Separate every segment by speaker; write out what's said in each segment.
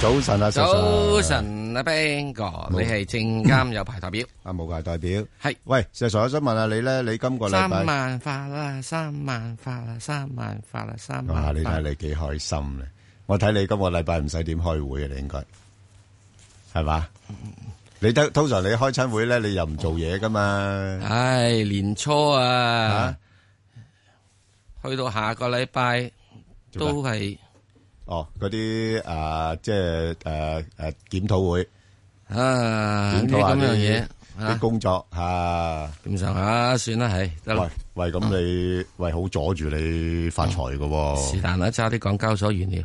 Speaker 1: 早晨啊，
Speaker 2: 早晨啊，Ben 哥，
Speaker 1: 冇
Speaker 2: 你係證監有牌代表，
Speaker 1: 啊，無界代表
Speaker 2: 係
Speaker 1: 喂，石 Sir，我想問下你咧，你今個禮
Speaker 2: 三
Speaker 1: 拜
Speaker 2: 萬發啦，三萬發啦，三萬發啦，三萬
Speaker 1: 哇，
Speaker 2: 發。
Speaker 1: 你睇下你幾開心咧！我睇你今個禮拜唔使點開會啊，你應該係嘛？你得通常你開親會咧，你又唔做嘢噶嘛？
Speaker 2: 唉，年初啊
Speaker 1: 啊，
Speaker 2: 去到下個禮拜
Speaker 1: 做咩
Speaker 2: 都係，
Speaker 1: 哦，嗰啲誒，即係誒誒檢討會，
Speaker 2: 啊，呢
Speaker 1: 檢討下
Speaker 2: 咁樣
Speaker 1: 啲
Speaker 2: 嘢
Speaker 1: 啲
Speaker 2: 啊，
Speaker 1: 工作嚇。
Speaker 2: 咁上下算啦，係
Speaker 1: 喂
Speaker 2: 得啦，
Speaker 1: 喂，咁你喂好阻住你發財噶
Speaker 2: 是
Speaker 1: 喎，
Speaker 2: 但啦，揸啲港交所原料，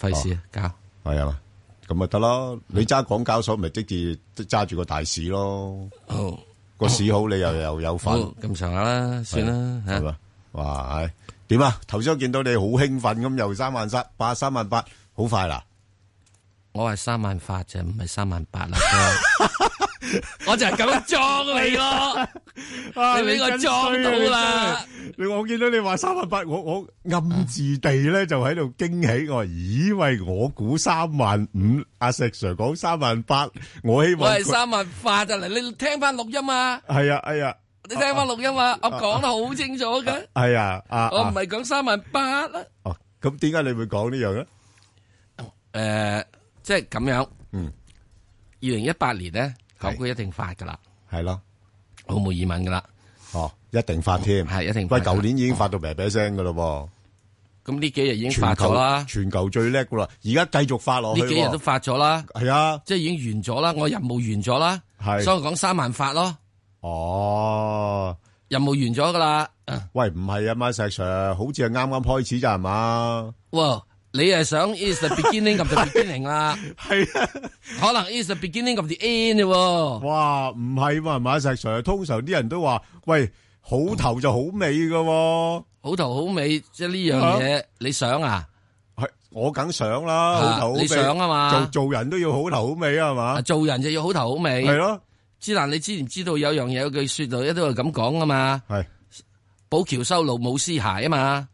Speaker 2: 費事啊，搞。
Speaker 1: 係嘛？咁咪得咯，你揸港交所咪即住揸住個大市咯，
Speaker 2: 好，
Speaker 1: 個市好你
Speaker 2: 嗯
Speaker 1: 又又有
Speaker 2: 好
Speaker 1: 份。
Speaker 2: 咁上下啦，算啦
Speaker 1: 係
Speaker 2: 嚇。
Speaker 1: 嘛？哇！唉點啊？頭先我見到你好興奮咁，由三萬三八三萬八，好快啦！
Speaker 2: 我係三萬發啫，唔係三萬八啦。哥我就係咁樣裝你咯。
Speaker 1: 啊
Speaker 2: 你俾我撞到啦！
Speaker 1: 你我見到你話三萬八，我我暗自地咧就喺度驚喜，我話咦喂，我估三萬五，阿石 Sir 講三萬八，我希
Speaker 2: 我
Speaker 1: 望
Speaker 2: 係三萬發就嚟，你聽翻錄音啊！
Speaker 1: 係啊，哎呀，
Speaker 2: 你聽翻錄音啊！我講得好清楚嘅，
Speaker 1: 係啊，啊
Speaker 2: 我唔係講三萬八啊啦。
Speaker 1: 哦，咁點解你會講呢樣咧？
Speaker 2: 誒，即係咁樣。
Speaker 1: 嗯，
Speaker 2: 二零一八年咧，港
Speaker 1: 係
Speaker 2: 股一定發噶啦，
Speaker 1: 係咯，
Speaker 2: 毫無疑問噶啦。
Speaker 1: 哦，一定發添，
Speaker 2: 係一定發
Speaker 1: 喂，
Speaker 2: 㗎
Speaker 1: 舊年已經發到啤啤聲噶咯
Speaker 2: 咁呢幾日已
Speaker 1: 喎，
Speaker 2: 經
Speaker 1: 全
Speaker 2: 發咗
Speaker 1: 球
Speaker 2: 啦，
Speaker 1: 全球最叻噶啦，而家繼續發落去
Speaker 2: 呢
Speaker 1: 喎，
Speaker 2: 幾日都發咗啦，
Speaker 1: 係啊。
Speaker 2: 即係已經完咗啦。我任務完咗啦，
Speaker 1: 係
Speaker 2: 所以我講三萬發咯，
Speaker 1: 哦，
Speaker 2: 任務完咗噶啦。
Speaker 1: 喂，唔係啊嘛，石 Sir，好似係啱啱開始咋係嘛？
Speaker 2: 哇！你係想 is the beginning of the beginning 啦，
Speaker 1: 係啊，
Speaker 2: 可能 is the beginning of the end 啫喎。
Speaker 1: 哇，唔係嘛，係嘛，石 Sir，通常啲人都話，喂，好頭就好尾噶、喎，
Speaker 2: 好頭好尾，即係呢樣嘢，你想啊？
Speaker 1: 係我梗想啦，
Speaker 2: 啊
Speaker 1: 好頭好尾，
Speaker 2: 你想啊嘛
Speaker 1: 做做人都要好頭好尾啊係
Speaker 2: 啊
Speaker 1: 嘛，
Speaker 2: 做人就要好頭好尾。
Speaker 1: 係咯，
Speaker 2: 之但你知唔知道有樣嘢有句说到一都係咁講噶嘛？
Speaker 1: 係
Speaker 2: 寶橋修路冇屍骸啊嘛，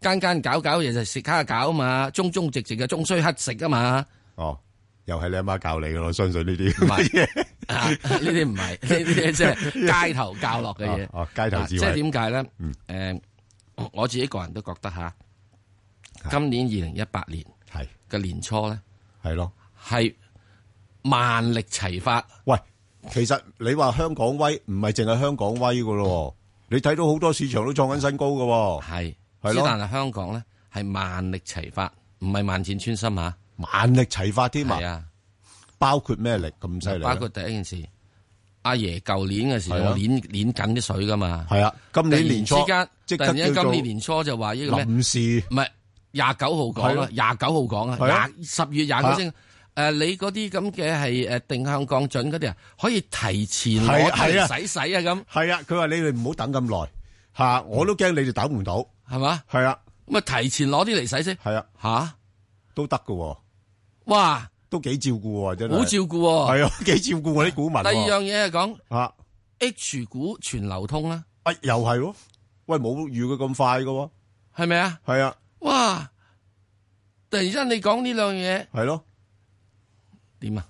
Speaker 2: 間間搞搞嘢就食蝦餃啊嘛，中中直直嘅中衰乞食啊嘛。
Speaker 1: 哦，又係你阿媽教你噶咯，相信呢
Speaker 2: 唔
Speaker 1: 啲
Speaker 2: 係啊呢啲唔係，呢 啲即係街頭教落嘅嘢。
Speaker 1: 哦，街頭
Speaker 2: 嗱
Speaker 1: 智
Speaker 2: 即
Speaker 1: 慧，
Speaker 2: 係
Speaker 1: 嗯
Speaker 2: 點解咧？誒，我自己個人都覺得吓，
Speaker 1: 係
Speaker 2: 今年二零一八年
Speaker 1: 係
Speaker 2: 嘅年初咧，
Speaker 1: 係咯。
Speaker 2: 係萬力齊發。
Speaker 1: 喂，其實你話香港威，唔係淨係香港威噶咯喎，你睇到好多市場都創緊新高噶喎。
Speaker 2: 系，
Speaker 1: 係
Speaker 2: 之
Speaker 1: 咯
Speaker 2: 但係香港咧係萬力齊發，唔係萬箭穿心吓。
Speaker 1: 萬力齊發添
Speaker 2: 係
Speaker 1: 啊！
Speaker 2: 啊，
Speaker 1: 包括咩力咁犀利咧？啊
Speaker 2: 包括第一件事，阿爺舊年嘅時候
Speaker 1: 係啊
Speaker 2: 捻捻緊啲水噶嘛。
Speaker 1: 係啊，今
Speaker 2: 突然
Speaker 1: 年年初
Speaker 2: 之間，
Speaker 1: 即
Speaker 2: 突
Speaker 1: 刻
Speaker 2: 然之
Speaker 1: 叫
Speaker 2: 間今
Speaker 1: 做
Speaker 2: 年年初就話呢個咩？
Speaker 1: 臨時
Speaker 2: 唔係廿九號
Speaker 1: 係
Speaker 2: 講
Speaker 1: 咯
Speaker 2: 啦，廿九號講
Speaker 1: 係啊
Speaker 2: 啊，廿十月廿
Speaker 1: 係啊
Speaker 2: 九先。誒，你嗰啲咁嘅係誒定向降準嗰啲啊，可以提前
Speaker 1: 係
Speaker 2: 攞
Speaker 1: 啊係啊
Speaker 2: 嚟洗洗啊，咁
Speaker 1: 係啊，佢話你哋唔好等咁耐吓，我都驚你哋等唔到。
Speaker 2: 係嘛？
Speaker 1: 係啊，
Speaker 2: 咁啊，提前攞啲嚟洗先
Speaker 1: 係啊，
Speaker 2: 吓，
Speaker 1: 都得噶喎，
Speaker 2: 哇，
Speaker 1: 都幾照顧喎，真係。
Speaker 2: 好照顧喎。
Speaker 1: 係啊， 啊幾照顧我啲股民喎。
Speaker 2: 第二樣嘢係講
Speaker 1: 啊，
Speaker 2: H 股全流通啦，
Speaker 1: 啊又係喎，喂冇預佢咁快噶喎。
Speaker 2: 係咪啊？
Speaker 1: 係啊，
Speaker 2: 哇！突然之間你講呢兩嘢
Speaker 1: 係咯，
Speaker 2: 點啊？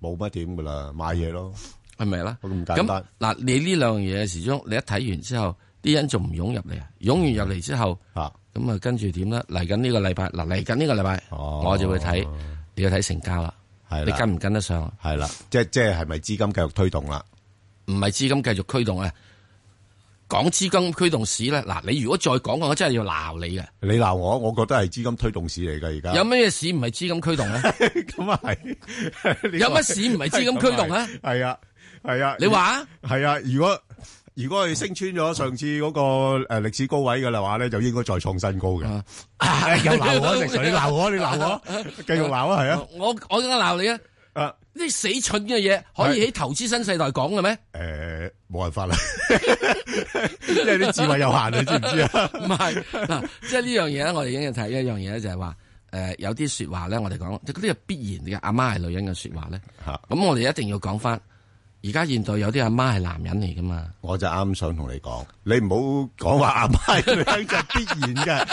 Speaker 1: 冇乜點噶啦，買嘢咯，
Speaker 2: 係咪啦？
Speaker 1: 咁簡
Speaker 2: 咁
Speaker 1: 單。
Speaker 2: 嗱，你呢兩樣嘢始終你一睇完之後，啲人仲唔湧入嚟啊？湧完入嚟之後，
Speaker 1: 吓，
Speaker 2: 咁啊跟住點咧？嚟緊呢個禮拜嗱，嚟緊呢個禮拜，
Speaker 1: 哦
Speaker 2: 我就會睇，你要睇成交啦，
Speaker 1: 係
Speaker 2: 你
Speaker 1: 啦，
Speaker 2: 跟唔跟得上啊？
Speaker 1: 係啦，即即係咪資金繼續推動啦？
Speaker 2: 唔係資金繼續驅動啊！講資金驅動市咧，嗱，你如果再講我真係要鬧你嘅。
Speaker 1: 你鬧我，我覺得係資金推動市嚟㗎而家。
Speaker 2: 有咩市唔係資金驅動咧？
Speaker 1: 咁啊 係，
Speaker 2: 有乜市唔係資金驅動咧？
Speaker 1: 係啊，係啊，
Speaker 2: 你話啊
Speaker 1: 係啊？如果如果佢升穿咗上次嗰個誒歷史高位嘅話咧，就應該再創新高嘅。哎 又鬧 我，食水鬧我，你鬧我，繼續鬧啊，係啊，
Speaker 2: 我我梗係鬧你啊！
Speaker 1: 啊
Speaker 2: 啲死蠢嘅嘢可以喺投資新世代講 嘅咩？
Speaker 1: 誒，冇辦法啦， 因為啲智慧有限，你知唔知啊？
Speaker 2: 唔係嗱，即係呢樣嘢咧，我哋已經要睇一樣嘢咧，就係話誒有啲説話咧，我哋講即係嗰啲係必然嘅，阿媽係女人嘅説話咧。
Speaker 1: 嚇
Speaker 2: 咁我哋一定要講翻，而而家現代有啲阿媽係男人嚟噶嘛，
Speaker 1: 我就啱想同你講，你唔好講話阿媽係女人就必然嘅。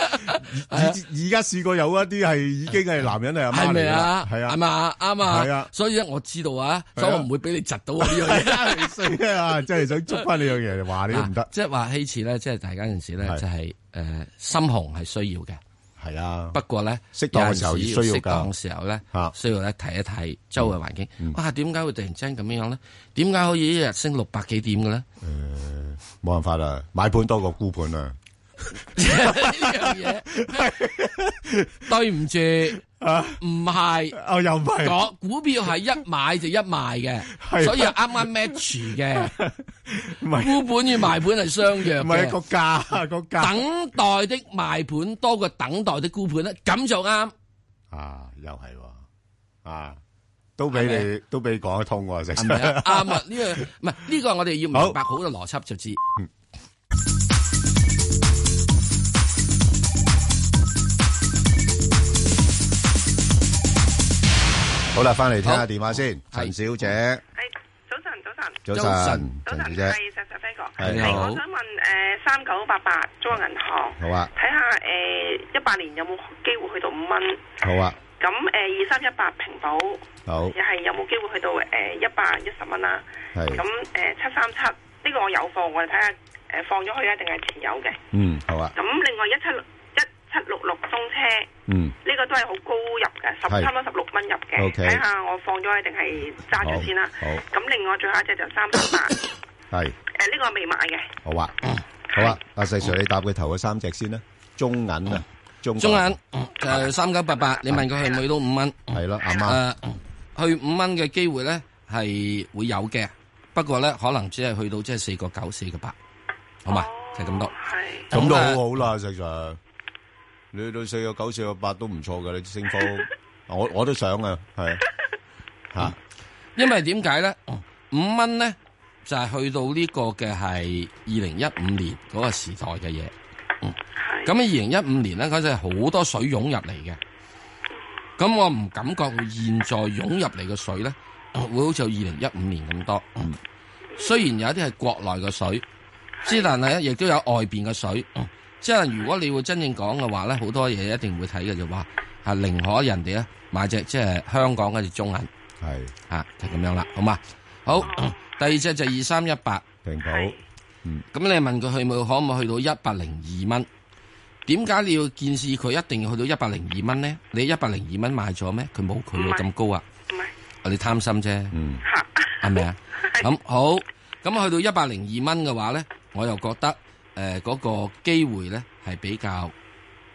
Speaker 1: 而而而家試過有一啲係已經係男人係阿媽
Speaker 2: 係
Speaker 1: 嚟
Speaker 2: 咪
Speaker 1: 㗎啦
Speaker 2: 啊？
Speaker 1: 係
Speaker 2: 係
Speaker 1: 啊，
Speaker 2: 嘛，啱啊，
Speaker 1: 係啊
Speaker 2: 所以咧我知道啊，
Speaker 1: 係啊
Speaker 2: 所以我唔會俾你窒到我呢 樣嘢。
Speaker 1: 你衰啊！真係想捉翻你樣嘢，你話你都唔
Speaker 2: 啊
Speaker 1: 得。
Speaker 2: 即係話希次咧，即係大家有陣時咧，
Speaker 1: 係
Speaker 2: 就係誒心紅係需要嘅，
Speaker 1: 係啊，
Speaker 2: 不過咧
Speaker 1: 適當嘅時候
Speaker 2: 有陣時
Speaker 1: 需要㗎
Speaker 2: 適當嘅時候咧
Speaker 1: 嚇，
Speaker 2: 需要咧睇一睇周圍環境。哇，點解會突然之間咁樣樣咧？點解可以一日升六百幾點 嘅咧？
Speaker 1: 冇辦法啦，買盤多過沽盤啊。啊，
Speaker 2: 呢樣嘢，對唔住，唔係。
Speaker 1: 哦，又唔係，
Speaker 2: 講股票係一買就一賣
Speaker 1: 係
Speaker 2: 嘅，所以係啱啱 match 嘅，
Speaker 1: 唔係
Speaker 2: 沽本與賣本係相約
Speaker 1: 唔係個
Speaker 2: 嘅。
Speaker 1: 價個價
Speaker 2: 等待的賣盤多過等待的沽盤咧，咁就啱。
Speaker 1: 啊，又係喎啊，都俾你都俾你講得通喎，
Speaker 2: 係
Speaker 1: 食
Speaker 2: 咪啊？啱啊！呢個唔係呢個，我哋要明白好嘅邏輯就知。
Speaker 1: 好啦，翻嚟聽下
Speaker 2: 好
Speaker 1: 電話先，陳
Speaker 2: 係
Speaker 1: 小姐，
Speaker 3: 係哎早晨，早晨，
Speaker 1: 早
Speaker 2: 早
Speaker 1: 晨
Speaker 2: 晨，
Speaker 3: 早
Speaker 1: 陳小
Speaker 3: 晨，係
Speaker 1: 姐，
Speaker 3: 石石飛哥，
Speaker 1: 係
Speaker 3: 係
Speaker 2: 你好
Speaker 3: 我想問誒三九八八中國銀行，
Speaker 1: 好啊，
Speaker 3: 睇下呃誒一八年有冇機會去到五蚊？
Speaker 1: 好啊，
Speaker 3: 咁呃誒二三一八平保
Speaker 1: 好
Speaker 3: 又係有冇機會去到誒一百一十蚊啦？咁
Speaker 1: 係，
Speaker 3: 誒七三七呢個我有貨，我哋睇下誒放咗去啊，定係持有嘅？
Speaker 1: 嗯，好啊，
Speaker 3: 咁另外一七六一七六六中車
Speaker 1: 嗯，
Speaker 3: 呢個都係好高入嘅，
Speaker 1: 係
Speaker 3: 十差唔多十六蚊入嘅，
Speaker 1: OK
Speaker 3: 睇下我放咗去定係揸
Speaker 1: 好
Speaker 3: 住先啦。
Speaker 1: 好，
Speaker 3: 咁另外最後一隻就三三八。
Speaker 1: 係，
Speaker 3: 誒呢個未買嘅，
Speaker 1: 好啊，好啊，阿細 Sir，你答佢頭嗰三隻先啦，中銀啊，中
Speaker 2: 中銀誒三九八八，你問佢去唔去到五蚊？
Speaker 1: 係咯，阿媽，
Speaker 2: 誒，去五蚊嘅機會咧係會有嘅，不過咧可能只係去到即係四個九、四個八，好嘛？就係咁多。
Speaker 3: 係
Speaker 1: 咁都好好啦，細 Sir，你去到四個九、四個八都唔錯嘅，你升 幅，我我都想啊，係，嚇，
Speaker 2: 因為點解咧？五蚊咧就係去到呢個嘅係二零一五年嗰個時代嘅嘢。
Speaker 3: 係。
Speaker 2: 咁喺二零一五年咧，嗰陣係好多水湧入嚟嘅。咁我唔感覺佢現在湧入嚟嘅水咧，會好似二零一五年咁多。雖然有一啲係國內嘅水，之但係咧亦都有外邊嘅水。即係如果你會真正講嘅話咧，好多嘢一定會睇嘅就話係寧可人哋咧買隻即係香港嗰隻中銀
Speaker 1: 係
Speaker 2: 啊，就咁樣啦，好嘛？好，第二隻就二三一八。
Speaker 1: 平保，
Speaker 3: 係
Speaker 2: 咁你問佢去冇可唔可以去到一百零二蚊？點解你要建議佢一定要去到一百零二蚊呢？你一百零二蚊買咗咩？佢冇佢咁高啊！
Speaker 3: 唔係
Speaker 2: 啊你貪心啫，
Speaker 1: 嗯，
Speaker 3: 嚇，
Speaker 2: 係咪啊？咁好，咁去到一百零二蚊嘅話呢，我又覺得呃誒嗰、個機會呢係比較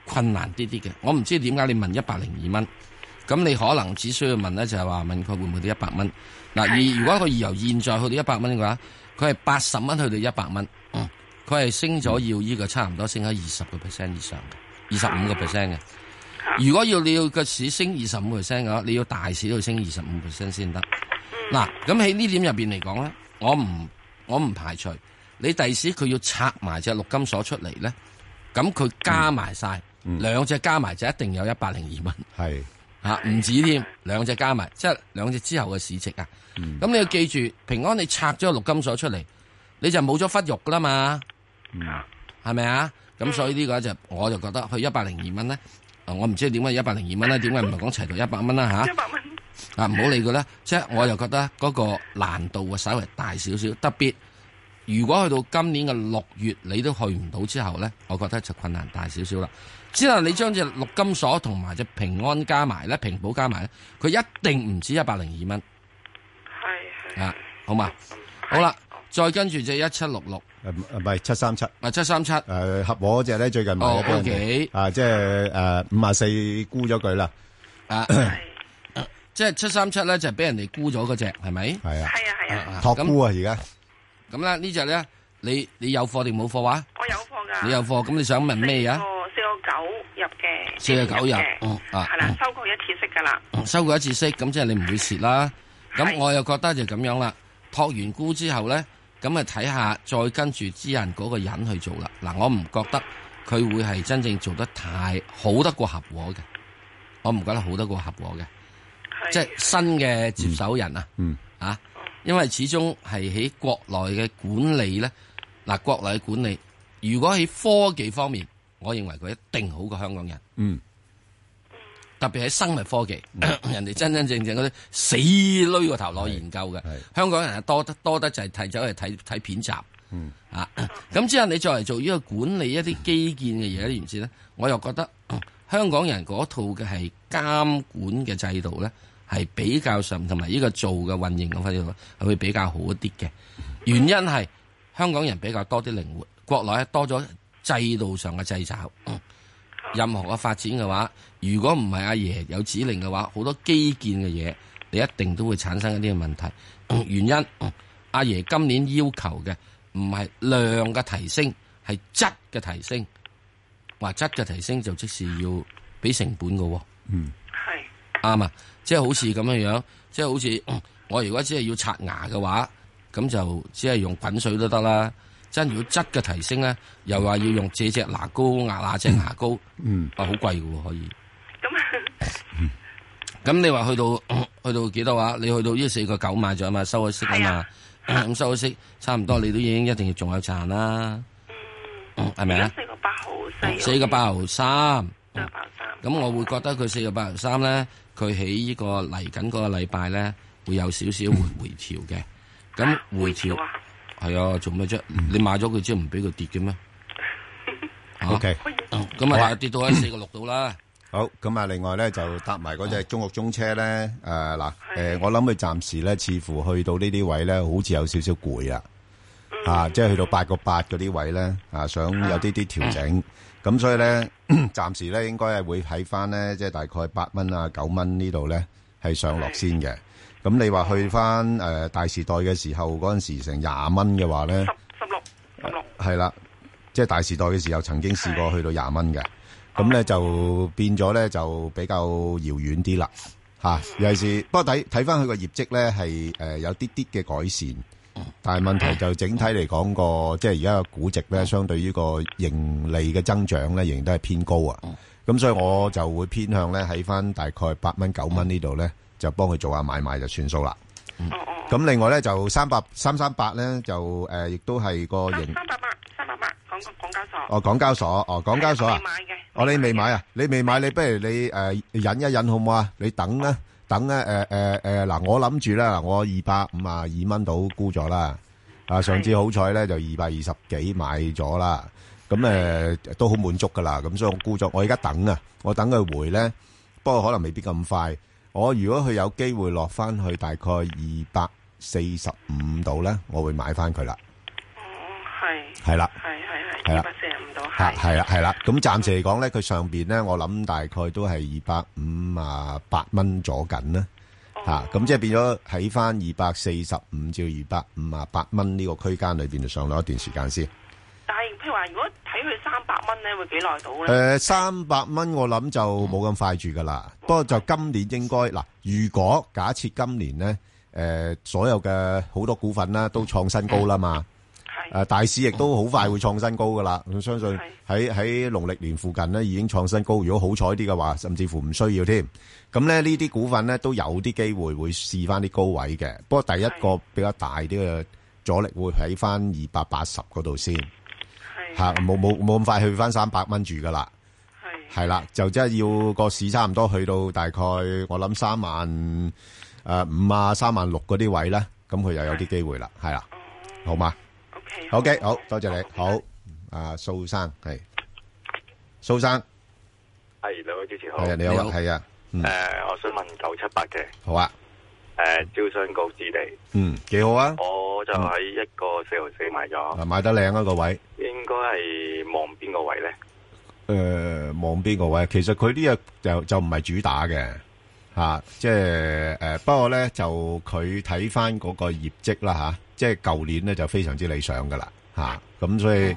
Speaker 2: 困難啲啲嘅。我唔知點解你問一百零二蚊，咁你可能只需要問呢，就係話問佢會唔會到一百蚊。嗱，而如果佢由現在去到一百蚊嘅話，佢係八十蚊去到一百蚊，嗯佢係升咗要呢個差唔多升咗二十個 percent 以上嘅，二十五個 percent 嘅。如果要你要個市升二十五 percent 嘅話，你要大市都要升二十五 percent 先得。嗱，咁喺呢點入邊嚟講咧，我唔我唔排除你第時佢要拆埋只陸金所出嚟咧，咁佢加埋晒兩隻加埋就一定有一百零二蚊。
Speaker 1: 係，
Speaker 2: 啊，唔止添，兩隻加埋，即係兩隻之後嘅市值啊。咁、你要記住，平安你拆咗個陸金所出嚟，你就冇咗忽肉噶啦嘛，係咪啊？咁所以呢個就我就覺得去一百零二蚊咧，啊我唔知點解一百零二蚊咧，點解唔係講齊到一百蚊啦吓
Speaker 3: 一？百蚊，
Speaker 2: 啊，唔好理佢啦，即係我就覺得嗰個難度啊，稍微大少少。特別如果去到今年嘅六月，你都去唔到之後咧，我覺得就困難大少少啦。之後你將只陸金所同埋只平安加埋咧，平保加埋咧，佢一定唔止一百零二蚊
Speaker 3: 係係。
Speaker 2: 啊，好嘛？好啦，再跟住就一七六六
Speaker 1: 誒唔唔係七三七。
Speaker 2: 啊，七三七
Speaker 1: 誒、合和嗰只咧最近買咗俾人哋
Speaker 2: 哦，OK
Speaker 1: 啊，即係誒五啊四沽咗佢啦，
Speaker 2: 啊，
Speaker 3: 係
Speaker 2: 即係七三七咧就俾人哋沽咗嗰只係咪？
Speaker 1: 係啊，
Speaker 3: 係啊係啊，
Speaker 2: 啊
Speaker 1: 托
Speaker 2: 咁
Speaker 1: 沽啊而家，
Speaker 2: 咁啦，呢只咧你你有貨定冇貨話？
Speaker 3: 我有貨㗎。
Speaker 2: 你有貨，咁你想問咩啊？
Speaker 3: 四個九入嘅，
Speaker 2: 四個九入
Speaker 3: 嘅
Speaker 2: 嗯啊
Speaker 3: 係啦，收過一次息㗎啦，
Speaker 2: 哦收過一次息，咁即係你唔會蝕啦。咁
Speaker 3: 係
Speaker 2: 我又覺得就咁樣啦。托完沽之後咧，咁啊睇下再跟住之人嗰個人去做啦。嗱，我唔覺得佢會係真正做得太好得過合和嘅，我唔覺得好得過合和嘅，
Speaker 3: 係
Speaker 2: 即係新嘅接手人啊。
Speaker 1: 嗯
Speaker 2: 啊，因為始終係喺國內嘅管理咧，嗱國內嘅管理，如果喺科技方面，我認為佢一定好過香港人，
Speaker 1: 嗯，
Speaker 2: 特別喺生物科技， 人哋真真正正嗰啲死攣個頭落去研究嘅
Speaker 1: 係，
Speaker 2: 香港人係多得多得就係睇走去睇睇片集，
Speaker 1: 嗯
Speaker 2: 啊， 咁之後你作為做呢個管理一啲基建嘅嘢咧，原先咧，我又覺得 香港人嗰套嘅係監管嘅制度咧，係比較上同埋呢個做嘅運營嘅方面係會比較好一啲嘅。原因係香港人比較多啲靈活，國內多咗制度上嘅掣肘。任何嘅發展嘅話，如果唔係阿爺有指令嘅話，好多基建嘅嘢，你一定都會產生一啲嘅問題。 原因阿爺今年要求嘅唔係量嘅提升，係質嘅提升。話質嘅提升就即是要俾成本嘅喎。
Speaker 1: 嗯，
Speaker 3: 係
Speaker 2: 啱啊！即係好似咁樣樣，即係好似 嗯我如果只係要刷牙嘅話，咁就只係用滾水都得啦。真如果質嘅提升咧，又話要用這隻牙膏、牙那隻牙膏，
Speaker 1: 嗯，
Speaker 2: 啊好貴嘅喎可以。
Speaker 3: 咁
Speaker 2: 咁你話去到 去到幾多話？你去到呢四個九買咗啊嘛，收咗息啊嘛， 咁收咗息差唔多，你都已經一定要仲有賺啦， 係咪啊？
Speaker 3: 四個八毫四，
Speaker 2: 四個八毫三。
Speaker 3: 四個八毫三。
Speaker 2: 咁我會覺得佢四個八十三咧，佢喺呢個嚟緊嗰個禮拜咧，會有少少回回調 嘅。咁回調
Speaker 3: 啊，
Speaker 2: 係啊，做咩啫？你買咗佢之後唔俾佢跌嘅 咩啊
Speaker 1: OK。
Speaker 3: 可以
Speaker 2: 咁啊，大約跌到喺四個六度啦。
Speaker 1: 好，咁啊，另外呢，就搭埋嗰隻中國中車呢，誒，嗱，
Speaker 3: 係。
Speaker 1: 誒，我諗佢暫時呢，似乎去到呢啲位呢，好似有少少攰啦，啊，即係去到8.8嗰啲位呢，啊，想有啲-啲調整，咁所以呢， 暫時呢，應該係會喺返呢，即係大概8蚊啊、9蚊呢度呢，係上落先嘅。咁你話去返，誒，大時代嘅時候，嗰陣時成20蚊嘅話呢，
Speaker 3: 十十六十六，
Speaker 1: 系啦，即系大時代嘅時候曾經試過去到廿蚊嘅，咁咧就變咗咧就比較遙遠啲啦，吓、尤其是不過睇睇翻佢個業績咧係诶有啲啲嘅改善，但係問
Speaker 3: 嗯
Speaker 1: 題就整體嚟講個即係而家個估值咧，相對於個盈利嘅增長咧，仍然都係偏高
Speaker 3: 嗯
Speaker 1: 啊。咁所以我就會偏向咧喺翻大概八蚊九蚊呢度咧，就幫佢做下買賣就算數啦。
Speaker 3: 哦哦，
Speaker 1: 咁另外咧就三百三三八咧就诶、呃亦都係個
Speaker 3: 三
Speaker 1: 盈。
Speaker 3: 三百八三百八，港港交所。
Speaker 1: 哦，港交所，哦，港交所啊
Speaker 3: 未，買嘅，
Speaker 1: 哦，你未買啊？你未買，你不如你诶忍一忍好唔好啊？你等啦，等啦，诶诶诶，嗱，我諗住啦，我二百五啊二蚊到沽咗啦，啊，上次好彩咧就二百二十幾買咗啦，咁诶都好滿足噶啦，咁所以我沽咗，我而家等啊，我等佢回咧，不過可能未必咁快，我如果佢有機會落翻去大概二百四十五度咧，我會買翻佢啦，
Speaker 3: 哦，係
Speaker 1: 係啦。
Speaker 3: 係係
Speaker 1: 係
Speaker 3: 係，
Speaker 1: 啦
Speaker 3: 二百四十五度
Speaker 1: 吓
Speaker 3: 係。
Speaker 1: 系啊啦系啦，咁暫時嚟講咧，佢上边咧，我諗大概都係二百五啊八蚊左緊啦，吓咁即係變咗喺翻二百四十五至二百五啊八蚊呢個區間裏边就上落一段時間先。
Speaker 3: 但係譬如話，如果睇佢三百蚊咧，會幾耐到咧？
Speaker 1: 诶，三百蚊我諗就冇咁快住噶啦，不過就今年應該嗱，如果假設今年咧，诶所有嘅好多股份啦都創新高啦嘛。誒、
Speaker 3: 係
Speaker 1: 呃大市亦都好快會創新高噶啦，咁相信喺喺農曆年附近咧已經創新高。如果好彩啲嘅話，甚至乎唔需要添。咁咧呢啲股份咧都有啲機會會試翻啲高位嘅。不過第一個比較大啲嘅阻力會喺翻二百八十嗰度先
Speaker 3: 係
Speaker 1: 嚇，冇冇冇咁快去翻三百蚊住噶啦。
Speaker 3: 係
Speaker 1: 係啦，就即係要個市差唔多去到大概我諗三萬誒五啊三萬六嗰啲位咧，咁佢又有啲機會啦，係啦，好嘛？
Speaker 3: ，OK。
Speaker 1: 好嘅，好多謝你，好，啊蘇生係，蘇生
Speaker 4: 系兩位主持好。
Speaker 1: 係啊，
Speaker 4: 诶、
Speaker 1: 你好
Speaker 2: 你
Speaker 1: 啊，
Speaker 2: 好
Speaker 1: 係啊，嗯，
Speaker 4: 我想問九七八嘅
Speaker 1: 好啊，
Speaker 4: 诶，招商告置地，
Speaker 1: 嗯，幾好啊，
Speaker 4: 我就喺一個四毫四買咗，
Speaker 1: 啊買得靚啊個位，
Speaker 4: 應該係望邊個位咧？
Speaker 1: 誒呃望邊個位？其實佢呢個就就唔係主打嘅，嚇、即係誒不過咧就佢睇翻嗰個業績啦嚇、即係舊年咧就非常之理想噶啦嚇，咁、所以。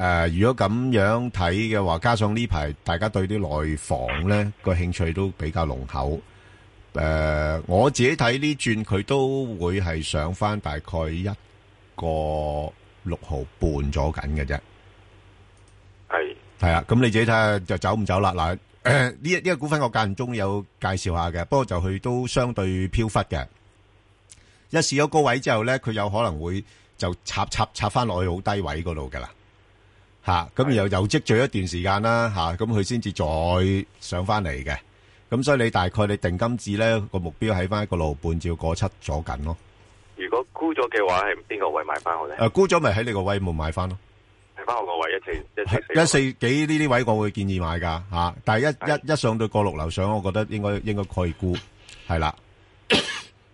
Speaker 1: 誒、如果咁樣睇嘅話，加上呢排大家對啲內房咧個興趣都比較濃厚。誒、我自己睇呢轉佢都會係上翻大概一個六毫半咗緊嘅啫。
Speaker 4: 係
Speaker 1: 係啊，咁你自己睇下就走唔走啦。嗱， 呢一呢個股份我間唔中有介紹下嘅，不過就佢都相對飄忽嘅。一試咗高位之後咧，佢有可能會就插插插翻落去好低位嗰度噶啦，吓、咁
Speaker 4: 係
Speaker 1: 然後又積聚一段時間啦，吓、咁佢先至再上翻嚟嘅。咁所以你大概你定金字咧個目標喺翻一個六毫半至個七左緊咯。
Speaker 4: 如果沽咗嘅話，係邊個位買翻好咧
Speaker 1: 诶、？沽咗咪喺你個位冇買翻咯。
Speaker 4: 睇翻我個位一四一四四
Speaker 1: 一四幾呢啲位我會建議買㗎吓、啊但係一一一上到過六樓上，我覺得應該應該可以沽，係啦，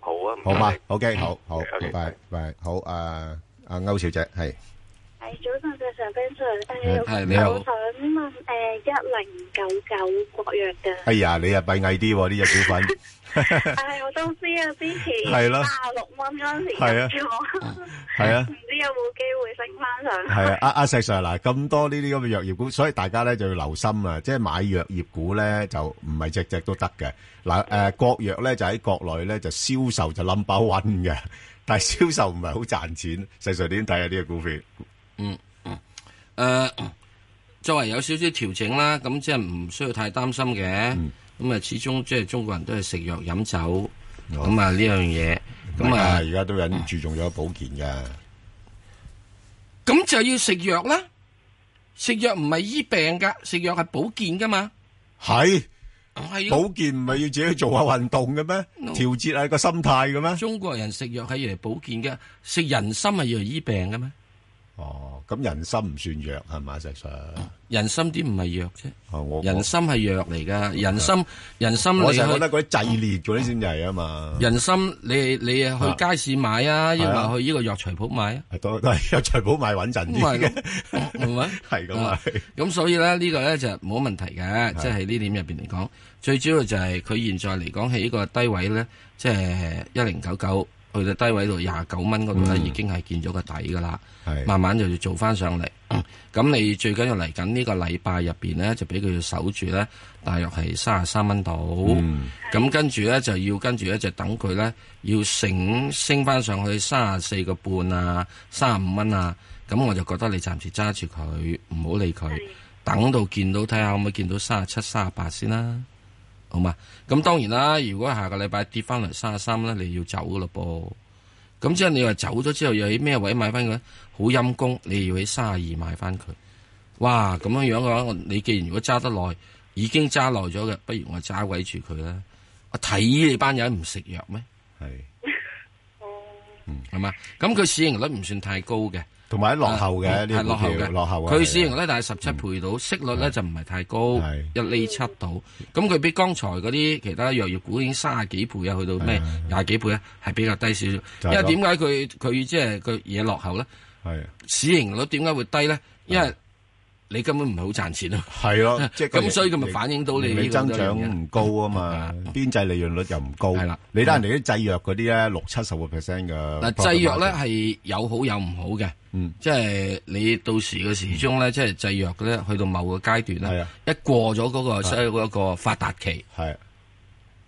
Speaker 4: 好啊，唔
Speaker 1: 好嘛
Speaker 4: 該
Speaker 1: ？OK，好好，
Speaker 4: OK，OK，
Speaker 1: 拜拜拜，好啊，阿歐小姐係
Speaker 5: 系早晨，石上 Ben Sir，
Speaker 2: 係
Speaker 5: 诶，
Speaker 2: 你好
Speaker 5: 我想問诶，一零九九國藥 嘅，
Speaker 1: 哎呀，你啊閉翳啲喎呢只股份，
Speaker 5: 唉，我都知啊，之前
Speaker 1: 係啦
Speaker 5: 卅六蚊嗰陣時
Speaker 1: 係啊
Speaker 5: 入咗，
Speaker 1: 係 啊
Speaker 5: 唔知有冇機會升翻上？
Speaker 1: 係啊，阿阿石 Sir 嗱，咁多呢啲咁嘅藥業股，所以大家咧就要留心啊，即係買藥業股咧就唔係隻隻都得嘅。嗱诶、呃，國藥咧就喺國內咧就銷售就 number one 嘅，但係銷售唔係好賺錢。石 Sir 點睇啊呢個股票？
Speaker 2: 诶、呃作為有少少調整啦，咁即係唔需要太擔心嘅。
Speaker 1: 嗯
Speaker 2: 咁啊、始終即係中國人都係食藥飲酒，
Speaker 1: 好
Speaker 2: 咁啊呢樣嘢，咁
Speaker 1: 啊，
Speaker 2: 啊
Speaker 1: 而家都有人注重咗保健㗎。
Speaker 2: 咁就要食藥啦。食藥唔係醫病噶，食藥係保健噶嘛。
Speaker 1: 系
Speaker 2: 係啊
Speaker 1: 保健唔系要自己做下运动嘅咩
Speaker 2: No？
Speaker 1: 调节下个心态嘅咩？
Speaker 2: 中國人食藥係要嚟保健嘅，食人心係要嚟醫病嘅咩？
Speaker 1: 哦，咁人心唔算弱系嘛，石 Sir？
Speaker 2: 人心啲唔係藥啫，
Speaker 1: 哦，我啊
Speaker 2: 人心係藥嚟噶。人心人心
Speaker 1: 我
Speaker 2: 你
Speaker 1: 我成日觉
Speaker 2: 去
Speaker 1: 得嗰啲祭烈嗰啲先係啊嘛，
Speaker 2: 人心你你去街市買啊，抑
Speaker 1: 啊
Speaker 2: 或去呢個藥材鋪買啊？
Speaker 1: 係 都都系有財寶買穩陣啲
Speaker 2: 咁咪
Speaker 1: 嘅，
Speaker 2: 咯，係咪？
Speaker 1: 係咁啊係
Speaker 2: 咁所以咧，呢個咧就冇問題嘅，即係呢點入邊嚟講，最主要就係佢現在嚟講喺呢個低位咧，即係一零九九去到低位度廿九蚊嗰度咧，已經係見咗個底噶啦，
Speaker 1: 係
Speaker 2: 慢慢就要做翻上嚟。 咁你最緊要嚟緊呢個禮拜入邊咧，就俾佢守住咧，大約係三十三蚊度。
Speaker 1: 嗯
Speaker 2: 咁跟住咧就要跟住咧就等佢咧要升升翻上去三十四個半啊，三十五蚊啊，咁我就覺得你暫時揸住佢，唔好理佢，等到見到睇下可唔可以見到三十七、三十八先啦，好嘛？咁當然啦，如果下個禮拜跌翻嚟三十三咧，你要走噶咯噃。咁即係你話走咗之後，又喺咩位買翻佢咧？好陰功，你要喺三十二買翻佢。哇，咁樣樣嘅話，我你既然如果揸得耐，已經揸耐咗嘅，不如我揸鬼住佢啦。我睇你班友唔食藥咩？
Speaker 1: 係，
Speaker 2: 係嘛？咁佢市盈率唔算太高嘅，啊
Speaker 1: 同埋喺落後嘅呢
Speaker 2: 係
Speaker 1: 個
Speaker 2: 落
Speaker 1: 股
Speaker 2: 後
Speaker 1: 票
Speaker 2: 嘅，
Speaker 1: 落後啊，
Speaker 2: 佢市盈率大概十七倍到，息率咧就唔係太高
Speaker 1: 係，
Speaker 2: 一厘七度。咁佢比剛才嗰啲其他藥業股已經三十幾倍啊，去到咩廿幾倍咧，係比較低少
Speaker 1: 就
Speaker 2: 少。
Speaker 1: 係
Speaker 2: 因為
Speaker 1: 落
Speaker 2: 點解佢佢即係佢嘢落後咧？
Speaker 1: 係
Speaker 2: 市盈率點解會低咧？因為你根本唔係好賺錢啊！
Speaker 1: 係 咯，哦即係個
Speaker 2: 咁所以佢咪反映到你
Speaker 1: 盈利
Speaker 2: 呢個
Speaker 1: 增
Speaker 2: 都有
Speaker 1: 長
Speaker 2: 嘢
Speaker 1: 唔高啊嘛，邊際利潤率又唔高，
Speaker 2: 係啦
Speaker 1: 你睇人哋啲製藥嗰啲咧六七十個 percent 嘅，
Speaker 2: 嗱，製藥咧係有好有唔好嘅，
Speaker 1: 嗯
Speaker 2: 即係你到時嘅時鐘咧，即係製藥嘅咧，去到某個階段
Speaker 1: 係
Speaker 2: 咧
Speaker 1: 啊，
Speaker 2: 一過咗嗰個所謂嗰個發達期，
Speaker 1: 係。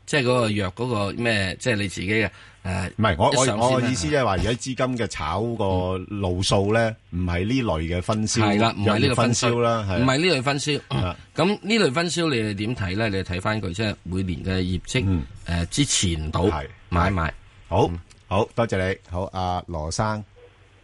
Speaker 2: 即係嗰個藥嗰個咩，即係你自己嘅呃誒，
Speaker 1: 唔係，我
Speaker 2: 一上啊
Speaker 1: 我我
Speaker 2: 先啦
Speaker 1: 意思即係話，而家資金嘅炒個路數咧，唔係呢類嘅分銷，
Speaker 2: 係啦，唔係呢
Speaker 1: 藥
Speaker 2: 個
Speaker 1: 業
Speaker 2: 分
Speaker 1: 分
Speaker 2: 銷
Speaker 1: 銷啦，係
Speaker 2: 唔係呢類分銷。
Speaker 1: 啊
Speaker 2: 咁呢類分銷你哋點睇咧？你睇翻佢即係每年嘅業績
Speaker 1: 嗯
Speaker 2: 誒之前到
Speaker 1: 係
Speaker 2: 買賣。
Speaker 1: 好好多謝你，好阿羅生，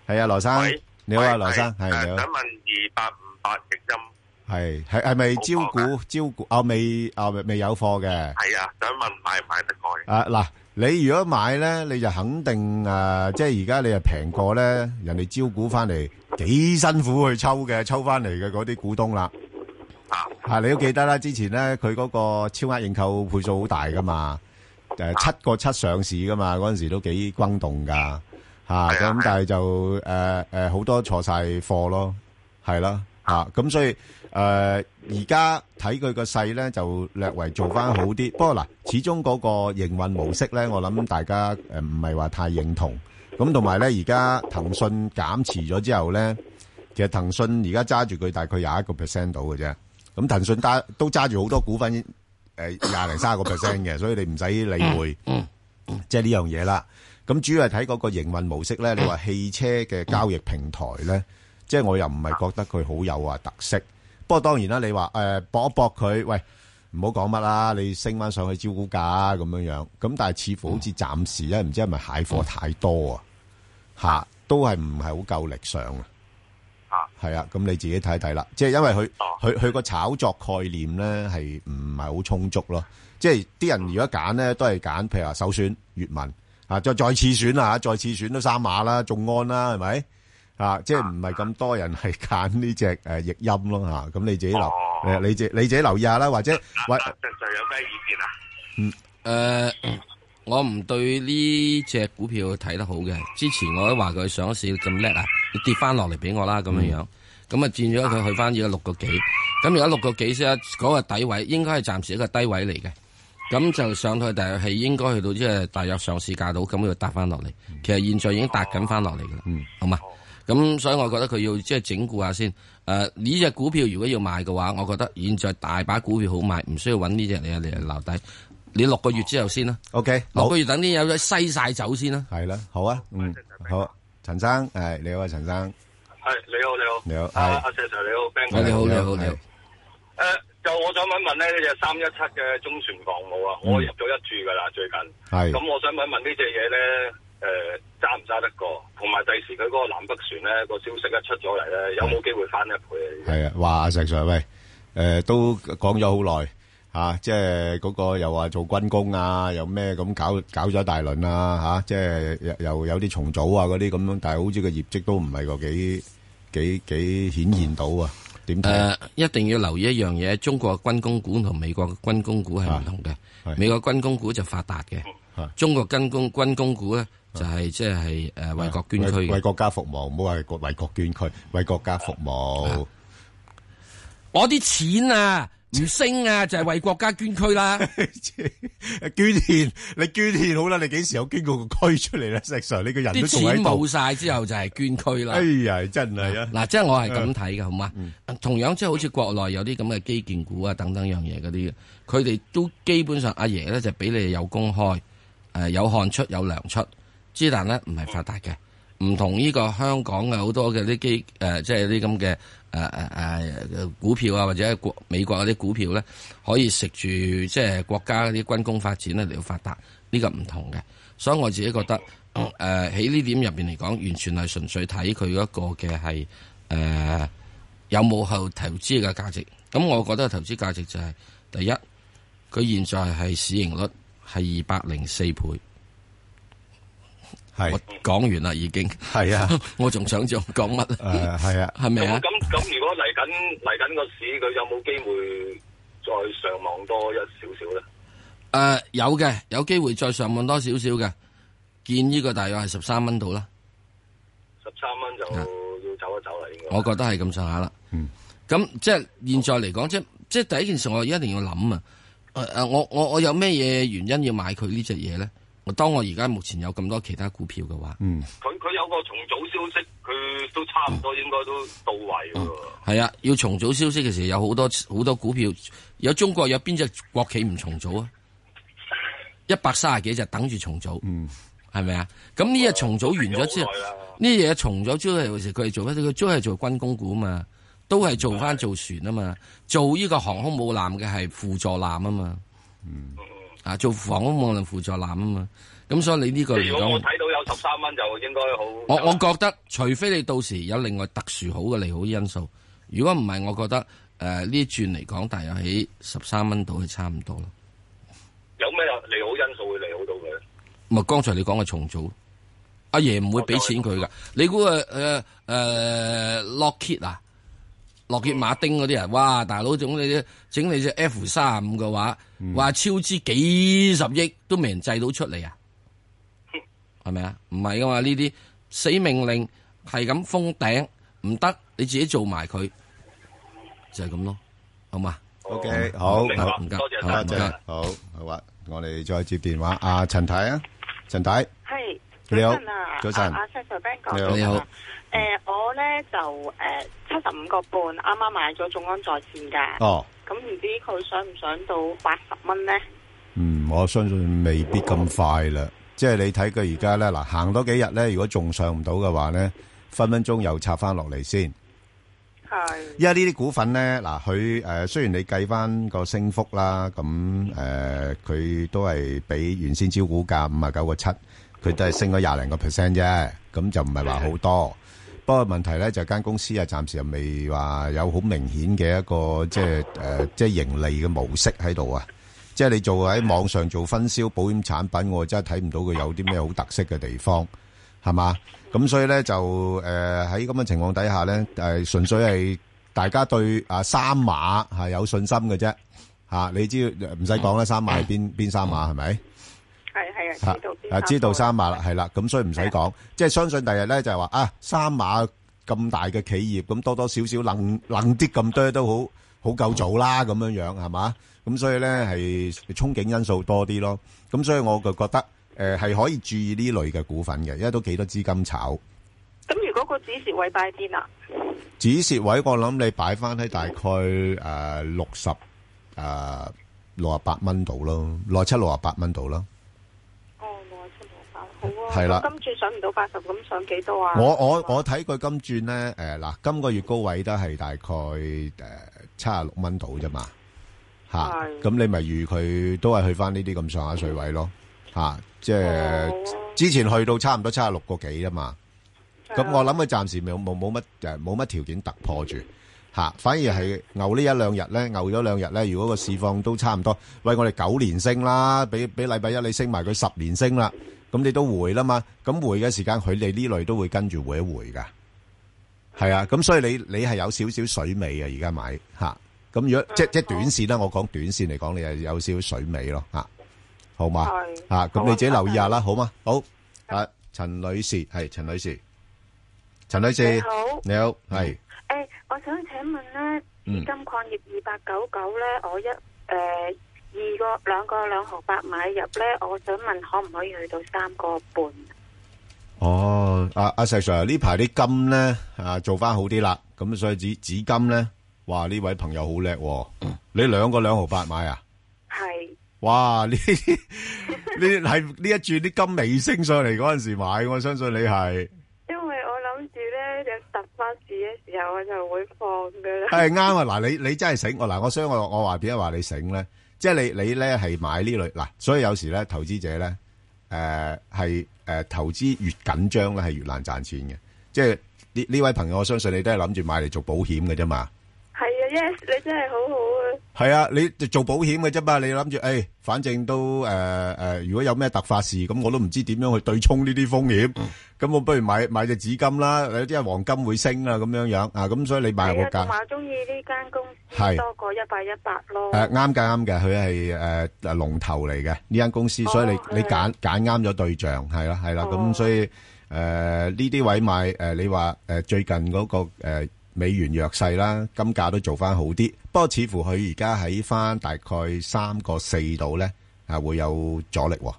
Speaker 1: 係啊羅生
Speaker 6: 喂，
Speaker 1: 你好啊
Speaker 6: 喂
Speaker 1: 羅生，
Speaker 6: 係誒
Speaker 1: 係你
Speaker 6: 想
Speaker 1: 好，
Speaker 6: 問二八五八逆音
Speaker 1: 係係係咪招股招股啊未啊未未有貨嘅？
Speaker 6: 係啊，想問買唔買得過嘅？
Speaker 1: 啊嗱，你如果買咧，你就肯定啊，即係而家你係平過咧，人哋招股翻嚟幾辛苦去抽嘅，抽翻嚟嘅嗰啲股東啦。
Speaker 6: 啊，
Speaker 1: 啊，你都記得啦，之前咧佢嗰個超額認購倍數好大噶嘛，誒呃七個七上市噶嘛，嗰陣時都幾轟動噶嚇，
Speaker 6: 係啊
Speaker 1: 咁但係就誒誒好多錯晒貨咯，係啦嚇，咁所以誒呃而家睇佢個勢咧就略為做翻好啲，不過嗱，始終嗰個營運模式咧，我諗大家誒呃唔係話太認同，咁同埋咧而家騰訊減持咗之後咧。其實騰訊而家揸住佢大概廿一個 percent 到嘅啫。咁騰訊揸都揸住好多股份，誒廿零三個 percent 嘅，所以你唔使理會，即係呢樣嘢啦。咁主要係睇嗰個營運模式咧。你話汽車嘅交易平台咧，即係我又唔係覺得佢好有啊特色。不過當然啦，你話誒搏一搏佢，喂唔好講乜啦，你升翻上去招股價咁樣樣，咁但係似乎好似暫時咧，唔知係咪蟹貨太多啊，吓都係唔係好夠力上啊，係啊，咁你自己睇睇啦，即係因為佢佢佢個炒作概念咧係唔係好充足咯，即係啲人如果揀咧都係揀譬如話首選粵文啊，再再次選啦再次選都三馬啦，眾安啦係咪？啊，即係唔係咁多人係揀呢只誒逆音咯嚇，咁你自己留誒、你自你自己留意下啦，或者或
Speaker 6: 就就有咩意見啊？
Speaker 2: 诶、呃我唔對呢只股票睇得好嘅。之前我都話佢上市咁叻啊，你跌翻落嚟俾我啦，咁樣樣。咁啊，佔咗佢去翻而家六個幾。咁而家六個幾先嗰個底位，應該係暫時一個低位嚟嘅。咁就上去，但係應該去到即係大約上市價到，咁要搭翻落嚟。其實現在已經搭緊翻落嚟噶啦，好嘛？咁所以我覺得佢要即係整固下先。誒、呢只股票如果要買嘅話，我覺得現在大把股票好買，唔需要揾呢只嚟嚟啊留底。你六個月之後先啦。
Speaker 1: OK
Speaker 2: 六
Speaker 1: 好
Speaker 2: 個月等啲有咗西晒走先啦。
Speaker 1: 係啦，好啊，嗯，好，陳生誒，你好啊，陳生，
Speaker 7: 系你好，你好，
Speaker 1: 你好
Speaker 7: 阿
Speaker 1: 係啊
Speaker 7: 阿石 Sir 你好，Ben 哥
Speaker 2: 你好，你好，你好。
Speaker 7: 诶，呃就我想問問咧，呢只三一七嘅中船防務啊，
Speaker 2: 嗯
Speaker 7: 我入咗一注噶啦，最近。
Speaker 1: 係
Speaker 7: 咁我想問問呢只嘢咧，诶，揸唔揸得過？同埋第時佢嗰個南北船咧個消息一出咗嚟咧，有冇機會翻一倍啊？
Speaker 1: 係啊，話阿石 Sir 喂，誒、都講咗好耐嚇，即係嗰個又話做軍工啊，又咩咁搞搞咗一大輪啊嚇、即係又又有啲重組啊嗰啲咁樣，但係好似個業績都唔係個幾幾幾顯現到啊，點睇？
Speaker 2: 誒、一定要留意一樣嘢，中國嘅軍工股同美國嘅軍工股係唔
Speaker 1: 係
Speaker 2: 同嘅。美國軍工股就發達
Speaker 1: 係
Speaker 2: 嘅，中國軍工軍工股咧就係即係誒為國捐
Speaker 1: 為-
Speaker 2: 軀嘅。
Speaker 1: 為國家服務，唔好話為國-為國捐軀，為國家服務。
Speaker 2: 我啲錢啊，唔升啊，就係為國家捐軀 啦。
Speaker 1: 捐獻，你捐獻好啦，你幾時有捐過個
Speaker 2: 啲
Speaker 1: 區出嚟咧？石Sir，你個人都仲喺度。
Speaker 2: 錢冇晒之後就係捐軀啦。
Speaker 1: 哎呀，真係啊。
Speaker 2: 嗱，即係我係咁睇嘅，好嘛？同樣即係好似國內有啲咁嘅基建股啊，等等樣嘢嗰啲嘅，佢哋都基本上阿爺咧就俾你有公開，誒、有汗出有糧出，之但咧唔係發達嘅，唔同呢個香港嘅好多嘅啲基誒、即係啲咁嘅誒誒誒股票啊，或者係國美國嗰啲股票咧，可以食住即係國家嗰啲軍工發展咧嚟到發達，呢、個唔同嘅，所以我自己覺得。誒喺呢點入邊嚟講，完全係純粹睇佢嗰個嘅係誒、呃有冇後投資嘅價值？咁我覺得投資價值就係、第一，佢現在係市盈率係二百零四倍。
Speaker 1: 係
Speaker 2: 我講完啦，已經， 我仲想仲講乜啊？
Speaker 1: 係啊，誒，係啊，誒，
Speaker 2: 係咪
Speaker 7: 咁
Speaker 2: 啊？
Speaker 7: 咁咁，如果嚟緊嚟緊個市，佢有冇機會再上網多一少少咧？
Speaker 2: 誒、有嘅，有機會再上望多少少嘅，見呢個大約係十三蚊度啦。
Speaker 7: 十三蚊就要走一走啦，應
Speaker 2: 啊
Speaker 7: 該。
Speaker 2: 我覺得係咁上下啦。
Speaker 1: 嗯，
Speaker 2: 咁即係現在嚟講，即係即係第一件事，我一定要諗啊。誒、誒，我我我有咩嘢原因要買佢呢只嘢咧？我當我而家目前有咁多其他股票嘅話，
Speaker 7: 佢佢有個重組消息，佢都差唔多應該都到位㗎喎。
Speaker 2: 係啊，要重組消息嘅時候有好多好多股票，有中國有邊只國企唔重組啊？一百三十幾隻等住重組，嗯，係咪啊？咁呢嘢重嗯組完咗
Speaker 7: 啊
Speaker 2: 之後，呢嘢重咗之後，有時佢係做乜？佢都係做軍工股啊嘛，都係做翻做船啊嘛，做呢個航空母艦嘅係輔助艦啊嘛，嗯，啊做航空母艦輔助艦啊嘛，咁所以你呢個
Speaker 7: 即
Speaker 2: 嚟
Speaker 7: 係如果我
Speaker 2: 講。
Speaker 7: 睇到有十三蚊就應該好。
Speaker 2: 我我覺得，除非你到時有另外特殊好嘅利好因素，如果唔係，我覺得誒呢一轉嚟講，大約喺十三蚊度係差唔多啦。
Speaker 7: 有咩利好因素會利好到佢？
Speaker 2: 咪剛才你講嘅重組，阿爺唔會俾錢佢噶。你估誒誒誒 Lockheed 啊，洛傑馬丁嗰啲人，哇！大佬整你啲整你只 F 三五嘅話，話超支幾十億都未人制到出嚟啊！係咪啊？唔係噶嘛，呢啲死命令係咁封頂，唔得你自己做埋佢，就係咁咯，好嘛？
Speaker 1: OK，好，
Speaker 7: 明白
Speaker 2: 好唔該，
Speaker 7: 多謝
Speaker 2: 好
Speaker 7: 晒
Speaker 2: 唔
Speaker 1: 多謝，
Speaker 2: 該。
Speaker 1: 好，好啊，我哋再接電話，阿陳太啊，陳太，
Speaker 5: 系
Speaker 1: 你好
Speaker 5: 早晨啊，
Speaker 1: 早晨
Speaker 5: 啊阿 Sir Ben 哥
Speaker 1: 你好
Speaker 2: 你好。
Speaker 5: 诶，我咧就诶七十五个半，啱啱買咗眾安在線㗎。咁唔知佢上唔上到八十蚊咧？
Speaker 1: 哦，嗯，我相信未必咁快啦，即係你睇佢而家咧，嗱，行多幾日咧，如果仲上唔到嘅話咧，分分鐘又插返落嚟先。
Speaker 5: 系係
Speaker 1: 因為呢啲股份咧，嗱，佢誒雖然你計翻個升幅啦，咁誒佢都係比原先招股價五啊九個七，佢都係升咗廿零個 percent 啫，咁就唔係話好多。不過問題咧就間公司啊，暫時又未話有好明顯嘅一個即係誒、呃即係盈利嘅模式喺度啊。即係你做喺網上做分銷保險產品，我真係睇唔到佢有啲咩好特色嘅地方。係嘛？咁所以咧就誒喺咁嘅情況底下咧，誒、純粹係大家對啊三馬係有信心嘅啫嚇、啊你知唔使講啦，三馬係邊邊三馬係咪？
Speaker 5: 係係
Speaker 1: 嚇
Speaker 5: 啊，知道
Speaker 1: 啊知道三馬啦，係啦，咁所以唔使講，即係相信第日咧就係話啊三馬咁大嘅企業，咁多多少少楞楞啲咁多都好好夠做啦，咁樣樣係嘛？咁所以咧係憧憬因素多啲咯，咁所以我就覺得誒係、可以注意呢類嘅股份嘅，因為都幾多資金炒。
Speaker 5: 咁如果個指示位拜邊啊？
Speaker 1: 止蝕位我諗你擺翻喺大概誒六十誒六啊八蚊度咯，六七六啊八蚊度咯。
Speaker 5: 哦，冇啊，七冇八，好啊。
Speaker 1: 係啦
Speaker 5: 咁今轉上唔到八十，咁上幾多啊？
Speaker 1: 我我我睇佢金轉咧，誒、嗱，今個月高位都係大概誒七啊六蚊度啫嘛，吓、
Speaker 5: 係
Speaker 1: 咁你咪預佢都係去翻呢啲咁上下水位咯，吓、即係、
Speaker 3: 哦
Speaker 1: 之前去到差唔多七啊六個幾啊嘛，咁
Speaker 3: 啊
Speaker 1: 我諗佢暫時冇冇冇乜誒冇乜條件突破住。吓，反而係牛呢一兩日咧，牛咗兩日咧。如果個市況都差唔多，喂，我哋九連升啦，俾俾禮拜一你升埋佢十連升啦，咁你都回啦嘛。咁回嘅時間，佢哋呢類都會跟住回一回噶。係啊，咁所以你你係有少少水尾啊嘅而家買吓。咁如果即即短線啦，我講短線嚟講，你係有少少水尾咯吓，好嘛？
Speaker 8: ờ,
Speaker 1: 吓，啊咁你自己留意下啦，好嘛？好，啊，陳女士係陳女士，陳女士
Speaker 8: 你好
Speaker 1: 你好，係。
Speaker 8: 诶、我想請問咧，
Speaker 1: 嗯
Speaker 8: 紫金礦業二八九九咧，我一诶、二個兩個兩毫八買入咧，我想問可唔可以去到三個半？
Speaker 1: 哦，阿阿石 Sir 呢排啲金咧啊做翻好啲啦，咁所以紫紫金咧，哇呢位朋友好叻、喎！你兩個兩毫八買啊？
Speaker 8: 係
Speaker 1: 哇！呢呢係呢一轉啲金未升上嚟嗰阵时买，我相信你係
Speaker 8: 因為我諗住咧有突發事嘅時候，我就會放噶啦。
Speaker 1: 係啱啊！嗱，你你真係醒我嗱，我所以我我话点解話你醒咧？即係你你咧係買呢類嗱，所以有時咧投資者咧诶係诶投資越緊張咧係越難賺錢嘅，即係呢呢位朋友，我相信你都係諗住買嚟做保險嘅啫嘛。
Speaker 8: 係啊，yes，你真係好好啊！
Speaker 1: 系啊，你就做保險嘅啫嘛，你諗住，诶、反正都诶诶、誒如果有咩突發事，咁我都唔知點樣去對沖呢啲風險，咁、我不如買買只紫金啦，有啲係黃金會升啊，咁樣樣啊，咁所以你買
Speaker 8: 係
Speaker 1: 個
Speaker 8: 啊，
Speaker 1: 價
Speaker 8: 同埋我中意呢間公
Speaker 1: 係
Speaker 8: 司多過一百一百咯。
Speaker 1: 诶啱嘅啱嘅，佢係诶诶龍頭嚟嘅呢間公司，所以你你揀揀啱咗對象，係啦係啦，咁、所以诶呢啲位買诶、誒你話诶、誒最近嗰、個誒美元弱勢啦，金價都做翻好啲，不過似乎佢而家喺翻大概三個四度咧，啊會有阻力喎。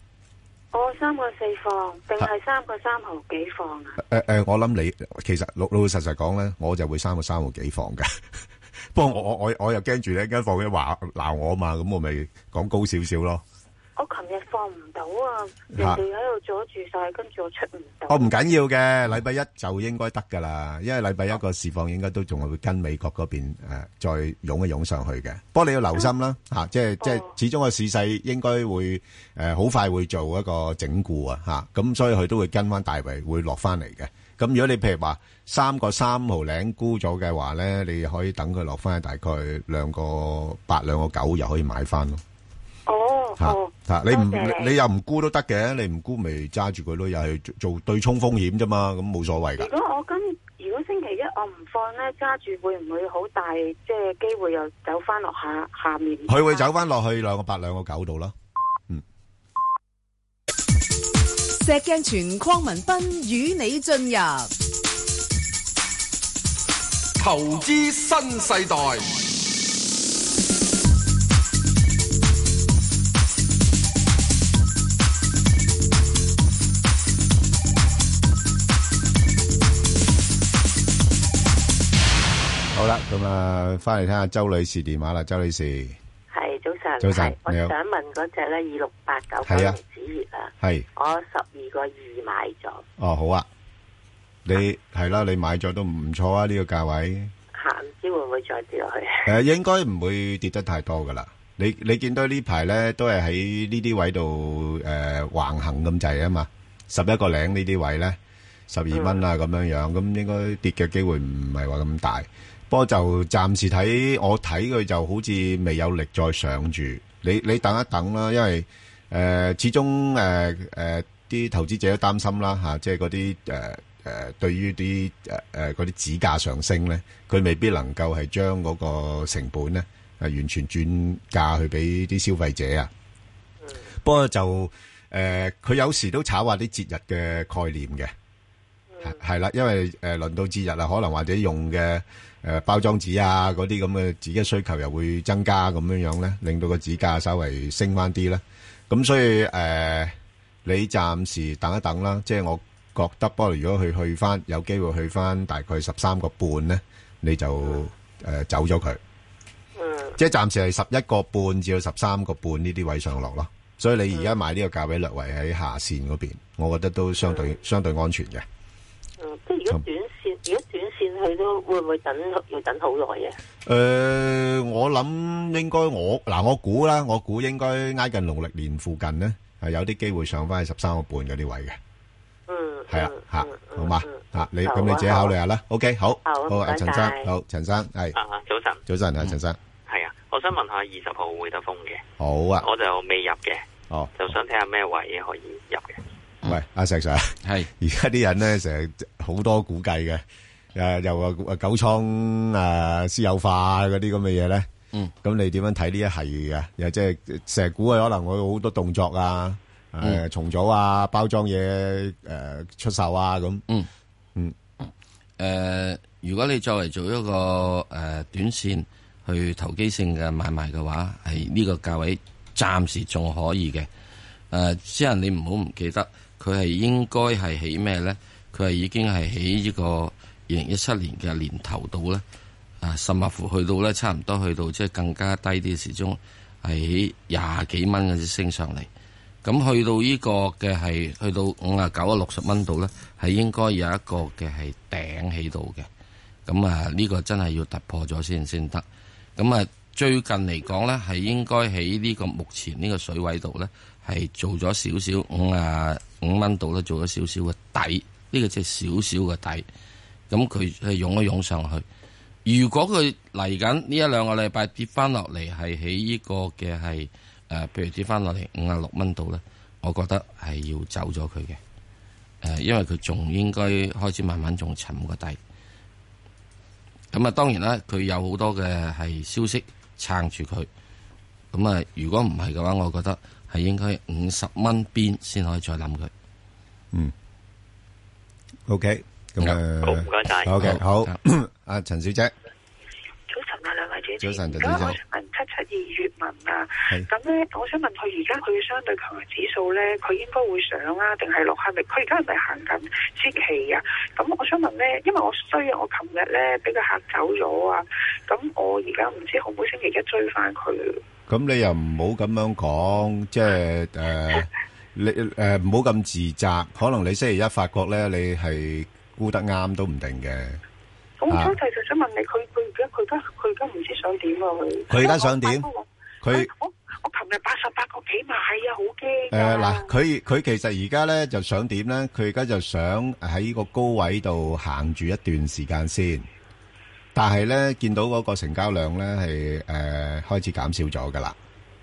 Speaker 8: 我三個四放，定係三個三毫幾放啊？
Speaker 1: 诶诶，誒我諗你其實老老老實實講咧，我就會三個三毫幾放嘅。 不過我我我我又驚住咧，一間放佢話鬧我啊嘛，咁我咪講高少少咯。
Speaker 8: 我琴日放唔到啊，人
Speaker 1: 嚇
Speaker 8: 哋喺度阻住晒，跟住我出唔到。
Speaker 1: 哦，唔緊要嘅，禮拜一就應該得噶啦，因為禮拜一個市況應該都仲係會跟美國嗰邊、呃、再湧一湧上去嘅。不過你要留心啦，嚇、即係即係始終個市勢應該會誒好、快會做一個整固啊，嚇、咁所以佢都會跟翻大圍會落翻嚟嘅。咁如果你譬如話三個三毫零沽咗嘅話咧，你可以等佢落翻去大概兩個八兩個九又可以買翻咯。
Speaker 8: 哦，
Speaker 1: 吓
Speaker 8: 哦
Speaker 1: 吓，你唔
Speaker 8: 多謝
Speaker 1: 你你又唔沽都得嘅，你唔沽咪揸住佢咯，又係做做對沖風險啫嘛，咁冇所謂
Speaker 8: 如
Speaker 1: 噶。
Speaker 8: 果我今如果星期一我唔放咧，揸住會唔會好大即係機會又走翻落下下面？
Speaker 1: 佢會走翻落去兩個八兩個九度啦。
Speaker 9: 石镜全框文斌与你进入
Speaker 2: 投資新世代，
Speaker 1: 好啦，咁啊，翻嚟聽下周女士電話啦，周女士
Speaker 10: 系早晨，
Speaker 1: 早晨
Speaker 10: 係我
Speaker 1: 你好
Speaker 10: 想問嗰只咧二六八九九
Speaker 1: 係啊
Speaker 10: 龍子月啊，
Speaker 1: 係
Speaker 10: 我十二個二買咗，
Speaker 1: 哦，好啊，你係啦，你買咗都唔錯啊，呢個價位
Speaker 10: 吓，唔知會唔會再跌落去？
Speaker 1: 诶、應应該唔會跌得太多噶啦。你你见到呢排咧，都係喺呢啲位度诶横行咁滯啊嘛，十一個零呢啲位咧，十二蚊啊咁樣樣，咁應該跌嘅機會唔係話咁大。不過就暫時睇，我睇佢就好似未有力再上住。你你等一等啦，因為诶、呃始終诶诶啲投資者都擔心啦吓、即係嗰啲诶诶對於啲诶诶嗰啲指價上升咧，佢未必能夠係將嗰個成本咧係完全轉嫁去俾啲消費者啊。不過就诶，佢、有時都炒下啲節日嘅概念嘅。係係啦，因為誒、呃、輪到節日啊，可能或者用嘅誒、呃包裝紙啊嗰啲咁嘅紙嘅需求又會增加咁樣樣咧，令到個紙價稍微升翻啲啦。咁所以誒、呃你暫時等一等啦，即係我覺得，不過如果佢去翻有機會去翻大概十三個半咧，你就誒、呃走咗佢。
Speaker 11: 嗯
Speaker 1: 即係暫時係十一個半至到十三個半呢啲位上落咯。所
Speaker 11: 嗯
Speaker 1: 以你而家買呢個價位略為喺下線嗰邊，我覺得都相對相對安全嘅。
Speaker 10: 嗯，即係如果短線，如果短線去都會唔會等要等好耐啊？
Speaker 1: 诶、呃我諗應該我嗱，我估啦，我估應該挨近農曆年附近呢，係有啲機會上翻去十三個半嗰啲位嘅。嗯，系啦，吓，好嘛，吓你
Speaker 11: 好啊
Speaker 1: 咁你自己考慮下啦。OK，好，
Speaker 11: 好
Speaker 1: 好啊，
Speaker 11: 拜拜
Speaker 1: 陳生，好，陳生係
Speaker 11: 啊，早晨，
Speaker 1: 早晨啊，陳生，
Speaker 11: 係啊，我想問下二十號會德豐嘅，
Speaker 1: 好啊，
Speaker 11: 我就未入嘅，
Speaker 1: 哦，
Speaker 11: 就想睇下咩位可以入嘅。
Speaker 1: 喂，阿石 Sir，
Speaker 2: 系
Speaker 1: 而家啲人咧成日好多估計嘅，诶，又話九倉啊、私有化嗰啲咁嘅嘢咧。
Speaker 2: 嗯，
Speaker 1: 咁你點樣睇呢一系嘅？又即係石股啊，可能會有好多動作啊，誒、
Speaker 2: 嗯
Speaker 1: 重組啊，包裝嘢誒、出售啊咁。
Speaker 2: 嗯
Speaker 1: 嗯，
Speaker 2: 诶、呃如果你作為做一個诶、呃短線去投機性嘅買賣嘅話，係呢個價位暫時仲可以嘅。诶、之後你唔好唔記得，佢係應該係起咩咧？佢係已經係喺呢個二零一七年嘅年頭度咧，啊，甚至乎去到咧，差唔多去到即係更加低啲，時鐘係喺廿幾蚊嗰啲升上嚟。咁去到呢個嘅係去到五啊九啊六十蚊度咧，係應該有一個嘅係頂喺度嘅。咁啊，呢個真係要突破咗先先得。咁啊，最近嚟講咧，係應該喺呢個目前呢個水位度咧，係做咗少少五啊五蚊度咧，做咗少少嘅底，呢、個即係少少嘅底。咁佢係湧一湧上去。如果佢嚟緊呢一兩個禮拜跌翻落嚟，係喺呢個嘅係誒，呃譬如跌翻落嚟五啊六蚊度咧，我覺得係要走咗佢嘅。誒、因為佢仲應該開始慢慢仲沉個底。咁啊，當然啦，佢有好多嘅係消息撐住佢。咁啊，如果唔係嘅話，我覺得係應該五十蚊邊先可以再諗佢。
Speaker 1: OK，咁誒，
Speaker 11: 好唔該晒
Speaker 1: OK，好
Speaker 11: 好，
Speaker 1: 阿陳小姐，
Speaker 12: 早晨啊，兩位主持。
Speaker 1: 早晨陳
Speaker 12: 咁
Speaker 1: 小姐
Speaker 12: 我想問七七二粵文啊
Speaker 1: 係，
Speaker 12: 咁咧我想問佢而家佢相對強弱指數咧，佢應該會上啊，定係落係咪？佢而家係咪行緊支期啊？咁我想問咧，因為我衰啊，我琴日咧俾佢嚇走咗啊，咁我而家唔知可唔可以星期一追翻佢？
Speaker 1: 咁你又唔好咁樣講，即係誒、你誒唔好咁自責。可能你星期一發覺咧，你係估得啱都唔定嘅。
Speaker 12: 咁我
Speaker 1: 啊
Speaker 12: 想繼續想問你，佢佢而家佢而家佢而家唔知想點啊佢？
Speaker 1: 佢而家想
Speaker 12: 我
Speaker 1: 點
Speaker 12: 發覺我
Speaker 3: 哎
Speaker 1: 佢
Speaker 12: 哎我琴日八十八個幾買啊，好驚
Speaker 3: 哎
Speaker 1: 诶
Speaker 12: 啊！
Speaker 1: 嗱，佢佢其實而家咧就想點咧？佢而家就想喺個高位度行住一段時間先，但係咧見到嗰個成交量咧係诶开始減少咗噶啦。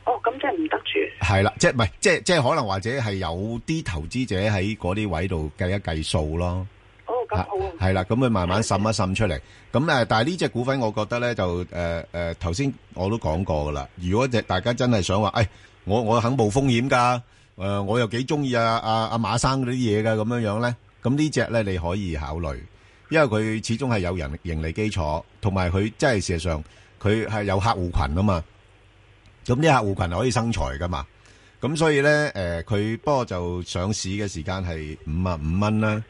Speaker 12: 哦，咁真係唔得住。
Speaker 1: 係啦，即係唔系即係即系可能或者係有啲投資者喺嗰啲位度計一計數咯。
Speaker 12: 哦，
Speaker 1: 咁好啊係啦，咁佢慢慢滲一滲出嚟。咁诶，但係呢只股份我覺得咧就诶诶，头、先我都講過噶啦。如果只大家真係想話，诶、我我肯冒風險㗎，诶、我又幾中意啊啊啊马生嗰啲嘢㗎，咁樣樣咧，咁呢只咧你可以考慮，因為佢始終係有人盈利基礎，同埋佢真係事實上佢係有客户群啊嘛。咁啲客户群係可以生財噶嘛。咁所以咧，誒、佢不過就上市嘅時間係五啊五蚊啦。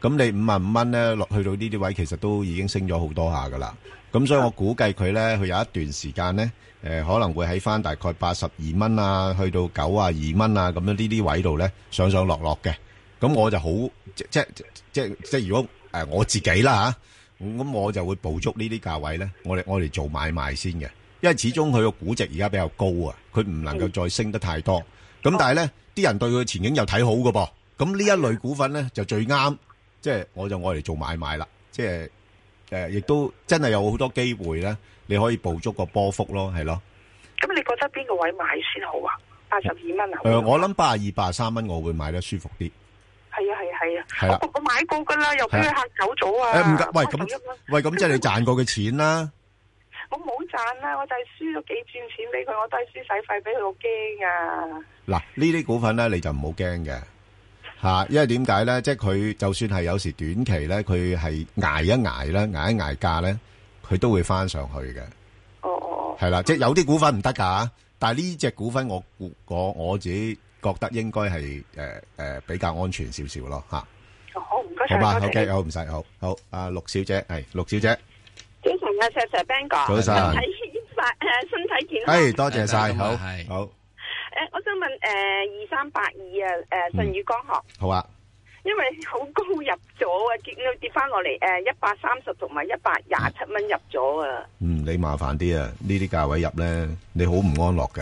Speaker 1: 咁你五啊五蚊咧落去到呢啲位，其實都已經升咗好多下噶啦。咁所以我估計佢咧，佢有一段時間咧，誒、可能會喺翻大概八十二蚊啊，去到九啊二蚊啊，咁樣呢啲位度咧上上落落嘅。咁我就好即即即即即如果誒、我自己啦嚇，咁我就會捕捉呢啲價位咧，我哋我哋做買賣先嘅，因為始終佢個估值而家比較高啊，佢唔能夠再升得太多。咁但係咧，啲人對佢前景又睇好噶噃，咁呢一類股份咧就最啱，即係我就我嚟做買賣啦，即係誒，亦都真係有好多機會咧，你可以捕捉個波幅咯，係咯。
Speaker 12: 咁你覺得邊個位買先好啊？八十二蚊啊？
Speaker 3: 嗯
Speaker 1: 誒，我諗八廿二、八十三蚊，我會買得舒服啲。
Speaker 12: 係啊係啊係啊，
Speaker 1: 係啦
Speaker 3: 哦
Speaker 12: 我我買過㗎啦，又俾佢嚇走咗啊！
Speaker 1: 誒，唔該，喂，
Speaker 12: 81
Speaker 1: 咁
Speaker 12: 蚊
Speaker 1: 喂，咁即係你賺過嘅錢啦。
Speaker 12: 我冇賺啦，我就係輸咗幾轉錢俾佢，我都係輸使費俾佢，我驚啊！
Speaker 1: 嗱，呢啲股份咧，你就唔好驚嘅吓，因為點解咧？即係佢就算係有時短期咧，佢係捱一捱啦，捱一捱價咧，佢都會翻上去嘅。哦哦，係啦，即係有啲股份唔得㗎，但係呢只股份我估我我自己覺得應該係誒誒呃比較安全少少咯吓。
Speaker 12: 好唔該
Speaker 1: 好
Speaker 12: 晒，多
Speaker 1: 嘛
Speaker 12: 謝
Speaker 1: ，OK，
Speaker 12: 你
Speaker 1: 好唔使，好好。阿陸小姐係陸小姐，
Speaker 13: 早晨啊，石 Sir Ben 哥，
Speaker 1: 早晨
Speaker 13: 身體快誒，身體健康。
Speaker 1: 誒多謝晒，
Speaker 2: 咁
Speaker 1: 好
Speaker 2: 啊
Speaker 1: 好
Speaker 13: 誒，我想問誒二三八二啊，誒舜宇光學，
Speaker 1: 好啊。
Speaker 13: 因為好高入咗啊，跌跌翻落嚟誒一百三十同埋一百廿七蚊入咗啊，
Speaker 1: 嗯，你麻煩啲啊，呢啲價位入咧，你好唔安樂㗎。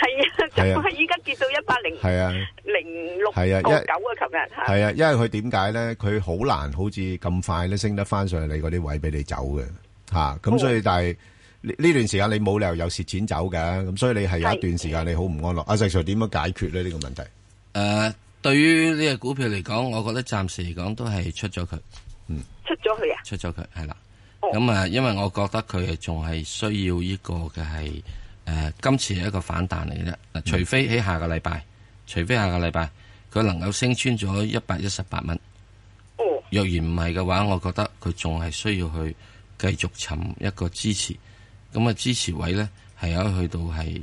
Speaker 13: 係啊，就
Speaker 1: 係啊
Speaker 13: 係依家跌到一百零
Speaker 1: 係啊
Speaker 13: 零六
Speaker 1: 係啊
Speaker 13: 個
Speaker 1: 一
Speaker 13: 九啊，琴日嚇
Speaker 1: 係啊，因為佢點解咧？佢好難好似咁快咧升得翻上嚟嗰啲位俾你走嘅吓，咁、所以但係呢呢段時間你冇理由有蝕錢走嘅，咁所以你係有一段時間你好唔安樂。阿石 Sir 點樣解決咧呢個問題？
Speaker 2: 誒，呃對於呢個股票嚟講，我覺得暫時嚟講都係出咗佢，
Speaker 1: 嗯，
Speaker 13: 出咗佢啊，
Speaker 2: 出咗佢係啦。
Speaker 13: 哦
Speaker 2: 咁啊，因為我覺得佢仲係需要呢個嘅係誒，今次係一個反彈嚟嘅啫。
Speaker 13: 嗯
Speaker 2: 嗱除非喺下個禮拜，除非下個禮拜佢能夠升穿咗一百一十八蚊。
Speaker 13: 哦
Speaker 2: 若然唔係嘅話，我覺得佢仲係需要去繼續尋一個支持。咁啊，支持位呢，係有去到係誒、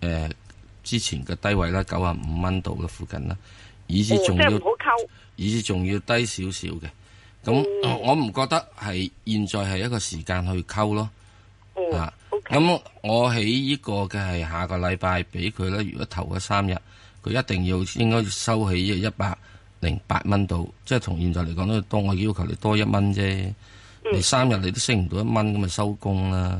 Speaker 2: 呃之前嘅低位啦，九啊五蚊度嘅附近啦，以至
Speaker 13: 哦
Speaker 2: 仲
Speaker 13: 即係
Speaker 2: 要
Speaker 13: 唔好溝，
Speaker 2: 以至仲要低少少嘅。咁、呃我唔覺得係現在係一個時間去溝咯。
Speaker 13: 哦
Speaker 3: 嗯
Speaker 2: 啊，咁我喺呢個嘅係下個禮拜俾佢咧，如果頭嗰三日，佢一定要應該要收起一百零八蚊度，即係同現在嚟講都多，我要求你多一蚊啫。你三日你都升唔到一蚊，咁咪收工啦。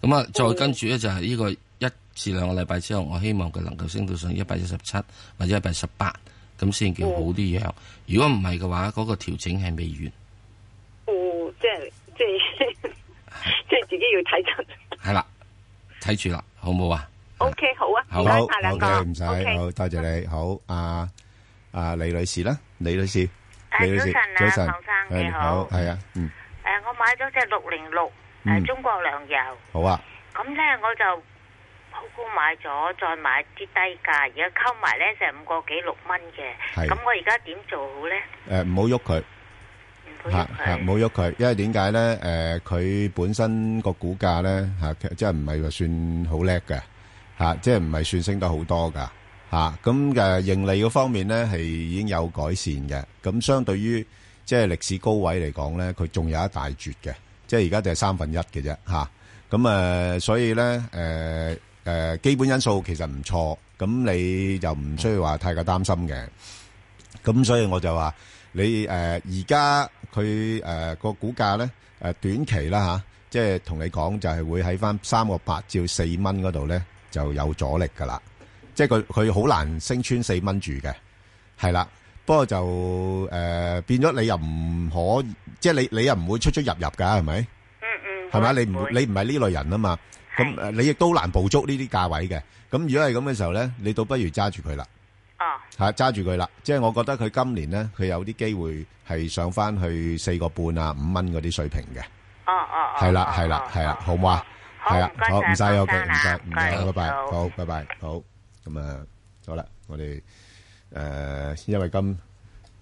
Speaker 2: 咁啊，再跟住咧就係呢個一至兩個禮拜之後，我希望佢能夠升到上一百一十七或者一百一十八，咁先叫好啲樣。如果唔係嘅話，嗰、個調整係未完。
Speaker 13: 哦，即係即係 即係自己要睇真。
Speaker 1: 啊
Speaker 2: 係啦，睇住啦，好冇啊？
Speaker 13: O K，好啊，
Speaker 1: 好
Speaker 13: 唔該晒兩個
Speaker 1: OK，唔使，
Speaker 13: OK
Speaker 1: 好多謝你，好啊啊李女士啦，李女士，
Speaker 14: 啊
Speaker 1: 李女士，
Speaker 14: 早晨啊劉生你
Speaker 1: 係
Speaker 14: 好
Speaker 1: 係啊，嗯，
Speaker 14: 诶、呃我買咗隻六零六诶
Speaker 1: 嗯
Speaker 14: 中國粮油，
Speaker 1: 好啊，
Speaker 14: 咁咧我就好高買咗，再買啲低價，而家溝埋咧就係五個幾六蚊嘅，
Speaker 1: 係
Speaker 14: 咁我而家點做好咧？
Speaker 1: 誒唔好喐佢。吓吓，唔好喐佢，因為點解咧？誒、佢本身個股價咧嚇、其實即係唔係話算好叻嘅嚇，即係唔係算升得好多噶嚇。咁、嘅盈利嗰方面咧係已經有改善嘅。咁相對於即係歷史高位嚟講咧，佢仲有一大絕嘅，即係而家就係三分一嘅啫嚇。咁、誒，所以咧誒誒，基本因素其實唔錯，咁你就唔需要話太過擔心嘅。咁所以我就話你誒而家佢誒個股價咧誒、短期啦嚇、即係同你講就係會喺翻三個八至四蚊嗰度咧就有阻力㗎啦，即係佢佢好難升穿四蚊住嘅，係啦。不過就誒、變咗你又唔可，即係你你又唔會出出入入㗎，係咪？係咪？你唔你唔係呢類人啊嘛，咁誒你亦都難捕捉呢啲價位嘅。咁如果係咁嘅時候咧，你倒不如揸住佢啦。吓揸住佢啦，即係我覺得佢今年咧，佢有啲機會係上翻去四個半啊五蚊嗰啲水平嘅。
Speaker 14: 哦哦，
Speaker 1: 係啦係啦係啦，好唔好啊？係啦
Speaker 14: 唔，該
Speaker 1: 好
Speaker 14: 晒
Speaker 1: 唔使
Speaker 14: 關
Speaker 1: OK，
Speaker 14: 生
Speaker 1: 唔
Speaker 14: 啊
Speaker 1: 使唔使，
Speaker 14: 唔
Speaker 1: 拜
Speaker 14: 該
Speaker 1: 拜，
Speaker 14: 好
Speaker 1: 好拜拜，好咁啊，好啦，我哋誒因為今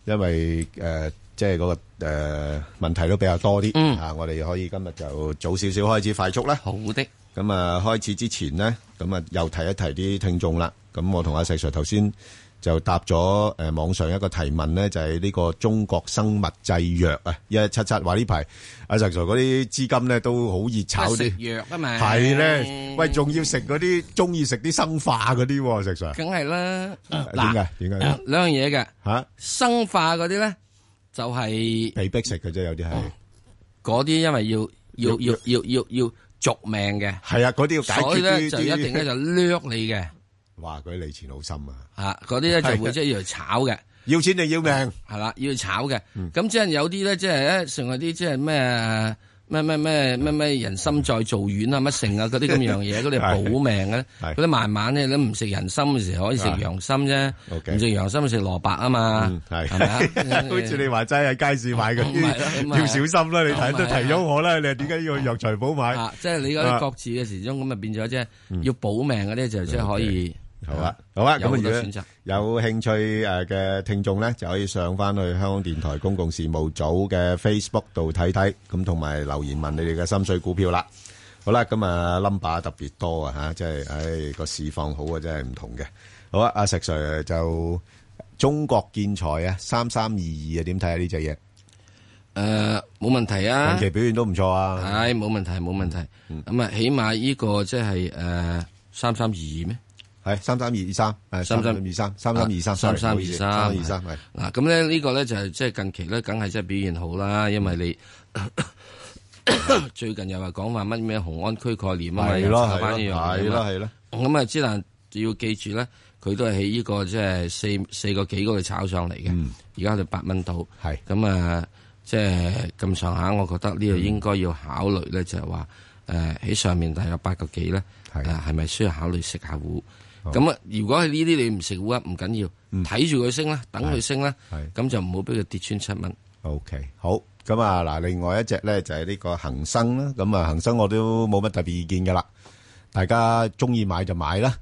Speaker 1: 因為誒即係嗰個誒問題都比較多啲啊，我哋可以今日就早少少開始快速啦。
Speaker 2: 好的。
Speaker 1: 咁啊，開始之前呢，咁啊又提一提啲聽眾啦。咁我同阿石 Sir 頭先就答咗誒網上一個提問呢，就係呢個中國生物製藥啊，一七七話呢排阿石 Sir 嗰啲資金咧都好熱炒
Speaker 2: 食
Speaker 1: 啲。
Speaker 2: 藥啊嘛，
Speaker 1: 系咧，喂，仲要食嗰啲中意食啲生化嗰啲喎，石 Sir。
Speaker 2: 梗係啦。
Speaker 1: 啊點解？點解？
Speaker 2: 兩樣嘢嘅
Speaker 1: 吓
Speaker 2: 生化嗰啲咧，就係
Speaker 1: 被逼食嘅啫，有啲係。
Speaker 2: 嗰啲因為要要要要要要續命嘅，
Speaker 1: 係啊嗰啲要解決
Speaker 2: 所以咧
Speaker 1: 啲
Speaker 2: 就
Speaker 1: 啲
Speaker 2: 一定咧就掠你嘅，
Speaker 1: 哇！佢利錢好深啊！
Speaker 2: 啊嗰啲咧就會即係要嚟炒嘅。
Speaker 1: 要錢定要命？
Speaker 2: 係啦，要炒嘅。
Speaker 1: 嗯
Speaker 2: 咁即係有啲咧，即係咧，成為啲即係咩啊咩咩咩咩咩人心再造丸啊，乜成啊嗰啲咁樣嘢，嗰啲係保命嘅咧。嗰啲慢慢咧，你唔食人參嘅時候可以
Speaker 1: 啊
Speaker 2: 食羊參啫，唔食羊參食蘿蔔啊
Speaker 1: 嗯
Speaker 2: 嘛，係咪啊？
Speaker 1: 好似你話齋喺街市買嗰
Speaker 2: 咁咪咯咁
Speaker 1: 啲，
Speaker 2: 咪
Speaker 1: 要小心啦！你睇都
Speaker 2: 咁咪啊
Speaker 1: 提咗我啦，你係點解要去藥材鋪買？
Speaker 2: 啊，即係你嗰啲各自嘅時鐘咁啊，變咗即係要保命嗰啲就即係可以。
Speaker 1: 好啊，好嗯啊，
Speaker 2: 有
Speaker 1: 咁
Speaker 2: 好
Speaker 1: 如
Speaker 2: 多
Speaker 1: 果
Speaker 2: 選擇。
Speaker 1: 有興趣誒嘅聽眾咧，就可以上翻去香港電台公共事務組嘅 Facebook 度睇睇，咁同埋留言問你哋嘅心水股票啦。好啦，咁啊 number 特別多啊嚇，即係唉個市況好啊，真係唔同嘅。好啊，阿石 Sir 就中國建材啊，三三二二啊，點睇啊呢只嘢？
Speaker 2: 誒，冇問題啊，
Speaker 1: 近期表現都唔錯啊。
Speaker 2: 係冇問題，冇問題。
Speaker 1: 嗯
Speaker 2: 咁啊，起碼呢個即係誒三三二二咩？
Speaker 1: 係三三二三，係
Speaker 2: 三三
Speaker 1: 3323三三二三
Speaker 2: 三三二
Speaker 1: sorry，
Speaker 2: 三，
Speaker 1: 唔好意思3323係
Speaker 2: 嗱，咁咧呢個咧就係即係近期咧，梗係即係表現好啦，因為
Speaker 1: 嗯
Speaker 2: 你 最近又話講話乜咩雄安區概念啊嘛，
Speaker 1: 係
Speaker 2: 又
Speaker 1: 咯
Speaker 2: 炒翻呢樣嘢啊嘛
Speaker 1: 係咯係咯。
Speaker 2: 咁啊，之但要記住咧，佢都係喺呢個即係四四個幾嗰度炒上嚟嘅，而家就八蚊到。
Speaker 1: 係
Speaker 2: 咁啊，即係咁上下，我覺得呢度應該要考慮咧，就係話誒喺上面大約八個幾咧，誒
Speaker 1: 啊
Speaker 2: 係咪需要考慮食下糊？咁啊，如果係呢啲你唔食糊啊，唔緊要，睇住佢升啦，等佢升啦，咁就唔好俾佢跌穿七蚊。
Speaker 1: OK，好。咁啊，嗱，另外一隻咧就係呢個恒生啦。咁啊，恒生我都冇乜特別意見噶啦。大家中意買就買啦，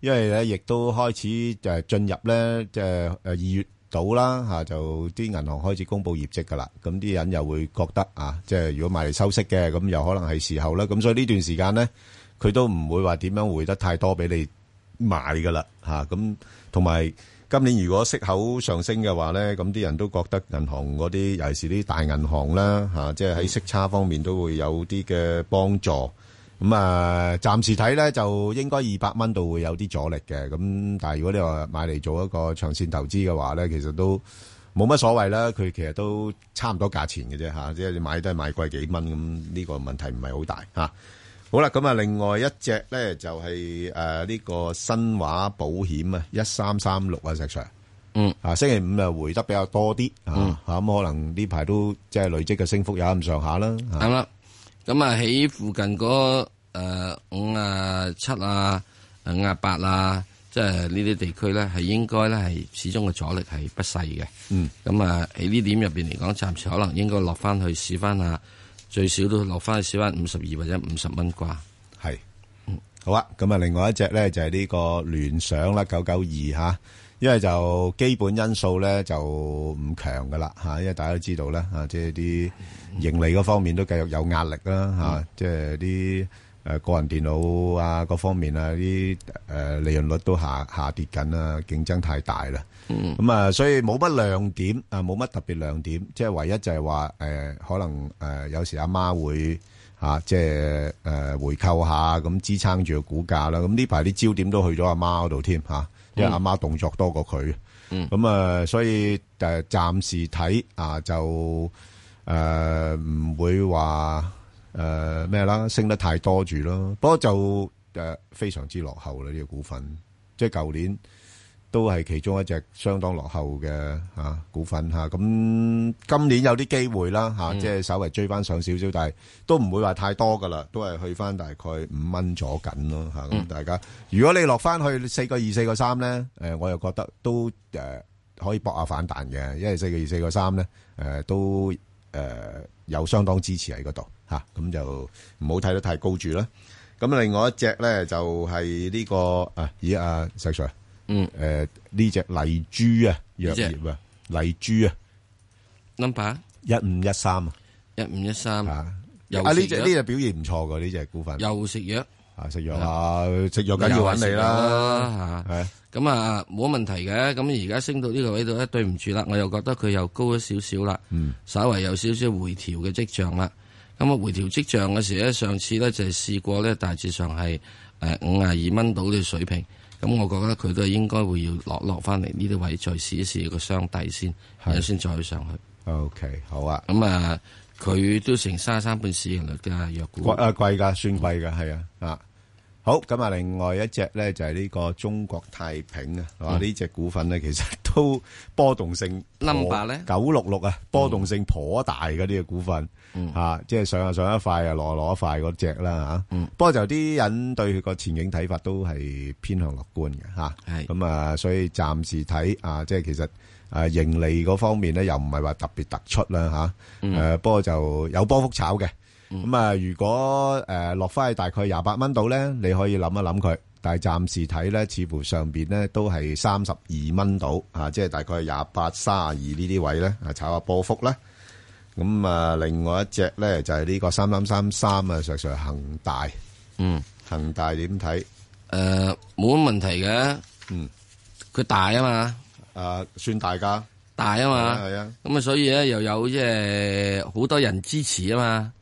Speaker 1: 因為咧亦都開始就係進入咧即係誒二月到啦嚇，就啲銀行開始公布業績噶啦。咁啲人又會覺得啊，即係如果買嚟收息嘅，咁又可能係時候啦。咁所以呢段時間咧，佢都唔會話點樣回得太多俾你。買噶啦嚇，咁同埋今年如果息口上升嘅話咧，咁啲人都覺得銀行嗰啲，尤其是啲大銀行啦嚇、即係喺息差方面都會有啲嘅幫助。咁啊，暫時睇咧就應該二百蚊度會有啲阻力嘅。咁但係如果你話買嚟做一個長線投資嘅話咧，其實都冇乜所謂啦。佢其實都差唔多價錢嘅啫嚇，即係你買都係買貴幾蚊咁，呢個問題唔係好大嚇。好啦，咁啊，另外一隻咧就係誒呢個新華保險啊，一三三六啊，石 Sir。
Speaker 2: 嗯。
Speaker 1: 啊，星期五啊回得比較多啲啊，嚇咁可能呢排都即係累積嘅升幅有咁上下啦。啊
Speaker 2: 啱啦。咁啊喺附近嗰誒五啊七啊五啊八啊，即係呢啲地區咧，係應該咧係始終嘅阻力係不細嘅。
Speaker 1: 嗯。
Speaker 2: 咁啊喺呢點入邊嚟講，暫時可能應該落翻去試翻下，最少都落翻去試翻五十二或者五十蚊啩。
Speaker 1: 係。好啊，咁啊，另外一隻咧就係呢個聯想啦，九九二吓，因為就基本因素咧就唔強噶啦吓，因為大家都知道啦吓，即係啲盈利嗰方面都繼續有壓力啦吓，即係啲誒個人電腦啊各方面啊啲誒利潤率都下下跌緊啦，競爭太大啦。咁啊，所以冇乜亮點啊，冇乜特別亮點，即係唯一就係話誒，可能誒有時阿媽會嚇，啊即係誒回購下，咁支撐住個股價啦。咁呢排啲焦點都去咗阿媽嗰度添嚇，因為阿媽動作多過佢。咁啊，所以誒暫時睇啊，就誒唔會話誒咩啦，升得太多住咯。不過就誒非常之落後啦，呢個股份，即係舊年。都係其中一隻相當落後嘅嚇、啊股份嚇。咁、今年有啲機會啦嚇，
Speaker 15: 嗯
Speaker 1: 即係稍微追翻上少少，但係都唔會話太多噶啦，都係去翻大概五蚊左緊咯嚇。咁、
Speaker 15: 嗯
Speaker 1: 大家如果你落翻去四個二、四個三咧，誒、我又覺得都誒、可以搏下反彈嘅，因為四個二、四個三咧誒都誒、有相當支持喺嗰度嚇，咁、就唔好睇得太高住啦。咁另外一隻咧就係、呢、個啊，咦啊石 Sir，
Speaker 2: 嗯，
Speaker 1: 誒呢只麗珠啊，藥
Speaker 2: 呢隻
Speaker 1: 業啊，麗珠啊
Speaker 2: number
Speaker 1: 一五一三啊，
Speaker 2: 一五一三
Speaker 1: 啊，
Speaker 2: 嗯又
Speaker 1: 啊呢
Speaker 2: 食
Speaker 1: 只
Speaker 2: 藥
Speaker 1: 呢只表現唔錯噶呢只股份，
Speaker 2: 又食藥
Speaker 1: 啊食藥啊食藥梗要揾你啦，係
Speaker 2: 咁啊冇問題嘅，咁而家升到呢個位度咧，對唔住啦，我又覺得佢又高咗少少啦，
Speaker 1: 嗯
Speaker 2: 稍為有少少回調嘅跡象啦。咁啊回調跡象嘅時咧，上次咧就係試過咧，大致上係誒五廿二蚊到嘅水平。咁我覺得佢都係應該會要落落翻嚟呢啲位，再試一試個箱底先，然後先再去上去。
Speaker 1: OK，好啊。
Speaker 2: 咁啊，佢都成三三半市盈率噶藥股。
Speaker 1: 貴啊貴噶，算貴噶，係啊啊。好，咁啊，另外一隻咧就係呢個中國太平啊，哇！呢只股份咧其實都 波動性
Speaker 2: Number 咧
Speaker 1: 九六六啊，波動性頗大嗰啲嘅股份，吓即係上下上一塊啊，落落一塊嗰只啦吓。不過就啲人對佢個前景睇法都係偏向樂觀嘅吓，咁啊，所以暫時睇啊，即係其實。啊，盈利嗰方面咧，又唔係話特別突出啦吓，誒、
Speaker 15: 嗯
Speaker 1: 呃不過就有波幅炒嘅。咁啊、如果誒落翻去大概廿八蚊度咧，你可以諗一諗佢。但係暫時睇咧，似乎上邊咧都係三十二蚊度啊，即係大概廿八、三廿二呢啲位咧，啊炒下波幅啦。咁啊，另外一隻咧就係、呢個三三三三啊，實上恒大。
Speaker 2: 嗯，
Speaker 1: 恒大點睇？
Speaker 2: 誒冇乜問題嘅。
Speaker 1: 嗯，
Speaker 2: 佢大啊嘛。
Speaker 1: 誒，算大㗎。
Speaker 2: 大啊嘛。
Speaker 1: 係啊。
Speaker 2: 咁啊，所以咧又有即係好多人支持啊嘛。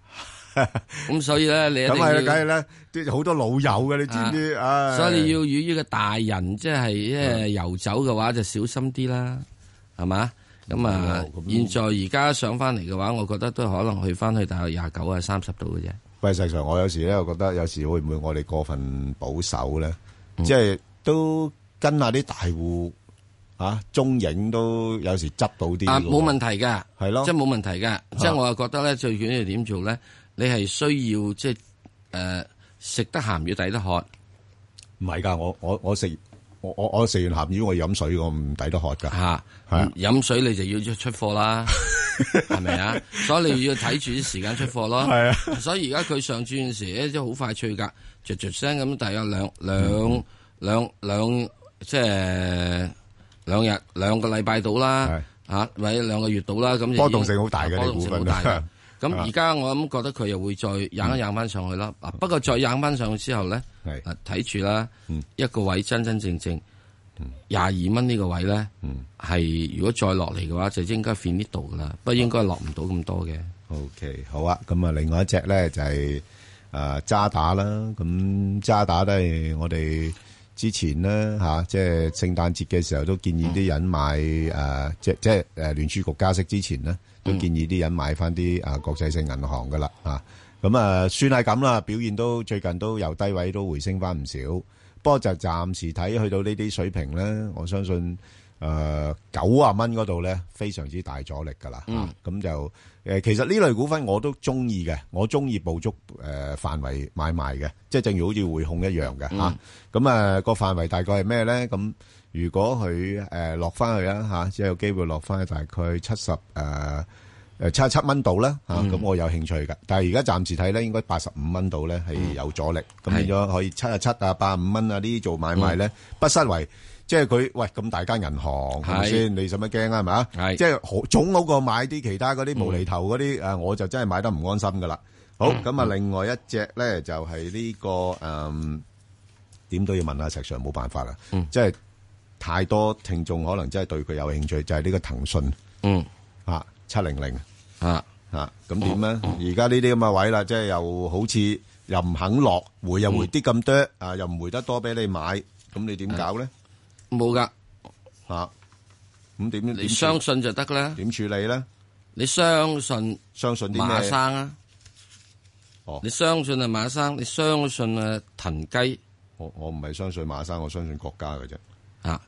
Speaker 2: 咁所以咧，你一定
Speaker 1: 咁啊，
Speaker 2: 要
Speaker 1: 梗係啦，啲好多老友嘅，你知唔知？
Speaker 2: 啊
Speaker 1: 唉
Speaker 2: 所以你要與呢個大人即係即
Speaker 1: 啊
Speaker 2: 係游走嘅話，就小心啲啦，係嘛？咁啊，現在而家上翻嚟嘅話，我覺得都可能去翻去大約廿九啊三十度嘅啫。
Speaker 1: 喂，實上我有時咧，我覺得有時會唔會我哋過分保守咧？即係都跟下啲大戶啊，中影都有時執到啲
Speaker 2: 啊，
Speaker 1: 喎
Speaker 2: 冇問題㗎，
Speaker 1: 係咯啊
Speaker 2: 即係冇問題㗎。即係我又覺得咧，最緊要點做咧？你係需要即係誒食得鹹魚抵得渴。
Speaker 1: 唔係㗎，我我我食我我我食完鹹魚，我飲水，我唔抵得渴㗎。
Speaker 2: 嚇，
Speaker 1: 係啊，
Speaker 2: 飲水你就要出 貨啦，係咪啊？所以你要睇住啲時間出貨咯。
Speaker 1: 係
Speaker 2: 啊，所以而家佢上轉嗰時咧，即係好快脆㗎，嚼嚼聲咁，大約兩
Speaker 1: 嗯
Speaker 2: 兩兩兩即係兩日兩個禮拜到啦，嚇或者兩個月到啦，咁就已經啊
Speaker 1: 波動性好大嘅呢
Speaker 2: 波動
Speaker 1: 股
Speaker 2: 性
Speaker 1: 份
Speaker 2: 好大 㗎。咁
Speaker 1: 啊嗯
Speaker 2: 而家我諗覺得佢又會再硬一硬翻上去啦。啊不過再硬翻上去之後咧，啊睇住啦，
Speaker 1: 嗯
Speaker 2: 一個位真真正正廿二蚊呢個位咧，
Speaker 1: 嗯
Speaker 2: 係如果再落嚟嘅話，就應該變呢度噶啦，不過應該落唔到咁多嘅。
Speaker 1: OK，好啊，咁啊，另外一隻咧就係誒渣打啦，咁渣打都係我哋之前咧吓、即係聖誕節嘅時候都建議啲人買誒、呃即即係誒聯儲局加息之前咧，都建議啲人買翻啲啊國際性銀行噶啦啊，咁啊算係咁啦，表現都最近都由低位都回升翻唔少，不過就暫時睇去到呢啲水平咧，我相信。誒九啊蚊嗰度咧，非常之大阻力㗎啦嚇，
Speaker 2: 嗯
Speaker 1: 啊咁、就誒、呃其實呢類股份我都中意嘅，我中意捕捉誒、呃、範圍買賣嘅，即係正如好似匯控一樣嘅嚇。啊咁啊個範圍大概係咩咧？咁如果佢誒落翻去啦嚇，即係有機會落翻去大概七十誒誒七十七蚊度啦嚇，咁、我有興趣嘅。但係而家暫時睇咧，應該八十五蚊度咧係有阻力，咁、
Speaker 2: 係
Speaker 1: 變咗可以七啊七啊八五蚊啊呢啲做買賣咧，不失為。即係佢喂咁大間銀行係咪
Speaker 2: 係
Speaker 1: 先？你使乜驚啊？係咪啊？即係好總好過買啲其他嗰啲無厘頭嗰啲誒，我就真係買得唔安心噶啦。好
Speaker 2: 嗯
Speaker 1: 咁啊，另外一隻咧就係呢個誒點都要問下石 Sir，冇辦法啦。即係太多聽眾可能真係對佢有興趣，就係呢個騰訊。
Speaker 2: 嗯
Speaker 1: 啊，七零零
Speaker 2: 啊
Speaker 1: 啊，咁點咧？而家呢啲咁嘅位啦，即係又好似又唔肯落，回又回啲咁多啊，又唔回得多俾你買，咁你點搞咧？
Speaker 2: 冇噶
Speaker 1: 嚇，咁點
Speaker 2: 你
Speaker 1: 點
Speaker 2: 相信就得啦。
Speaker 1: 點處理咧？
Speaker 2: 你相信
Speaker 1: 相信啲
Speaker 2: 馬
Speaker 1: 咩
Speaker 2: 生啊？
Speaker 1: 哦，
Speaker 2: 你相信啊馬生，你相信啊騰雞？
Speaker 1: 我我唔係相信馬生，我相信國家嘅啫。
Speaker 2: 啊，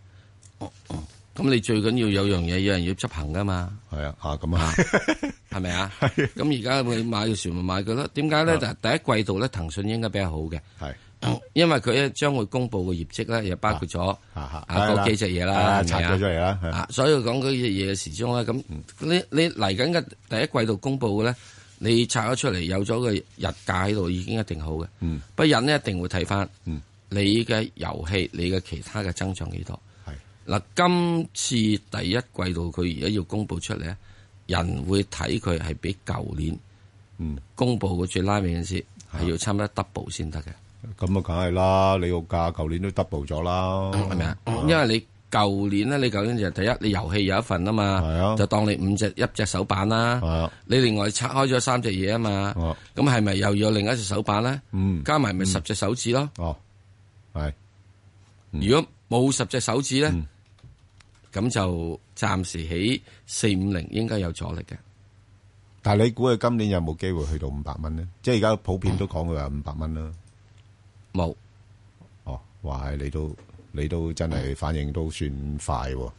Speaker 2: 咁你最緊要有樣嘢，有人要執行噶嘛？
Speaker 1: 係啊，嚇咁啊，
Speaker 2: 係咪啊？咁而家佢買嘅時候咪買佢咯？點
Speaker 1: 啊
Speaker 2: 解咧？就係第一季度咧，騰訊應該比較好嘅，
Speaker 1: 係
Speaker 2: 因為佢咧將會公布嘅業績咧，又包括咗啊嗰幾隻嘢啦，
Speaker 1: 啊
Speaker 2: 係咪
Speaker 1: 拆
Speaker 2: 啊
Speaker 1: 咗出嚟啦。係
Speaker 2: 啊，所以講嗰隻嘢嘅時鐘咧，咁你你嚟緊嘅第一季度公佈嘅咧，你拆咗出嚟有咗個日價喺度，已經一定好嘅。
Speaker 1: 嗯，
Speaker 2: 不過人呢一定會睇翻，
Speaker 1: 嗯，
Speaker 2: 你嘅遊戲，你嘅其他嘅增長幾多？
Speaker 1: 係
Speaker 2: 嗱，今次第一季度佢而家要公佈出嚟咧，人會睇佢係比舊年
Speaker 1: 嗯啊
Speaker 2: 公佈嘅最拉尾嗰陣時係要差唔多 double 先得嘅。
Speaker 1: 咁啊，梗係啦，你個價舊年都 double 咗啦，係咪啊？
Speaker 2: 因為你舊年咧，你舊年就第一，你遊戲有一份啊嘛，就當你五隻一隻手板
Speaker 1: 哦
Speaker 2: 啦，你另外拆開咗三隻嘢啊嘛，咁係咪又要有另一隻手板咧？
Speaker 1: 嗯，
Speaker 2: 加埋咪十隻手指咯。
Speaker 1: 哦，係。嗯
Speaker 2: 如果冇十隻手指咧，咁就暫時喺四五零應該有阻力嘅。
Speaker 1: 但系你估佢今年有冇機會去到五百蚊咧？即係而家普遍都講佢話五百蚊啦。
Speaker 2: 冇。
Speaker 1: 哦，哇！你都你都真係反應都算快喎。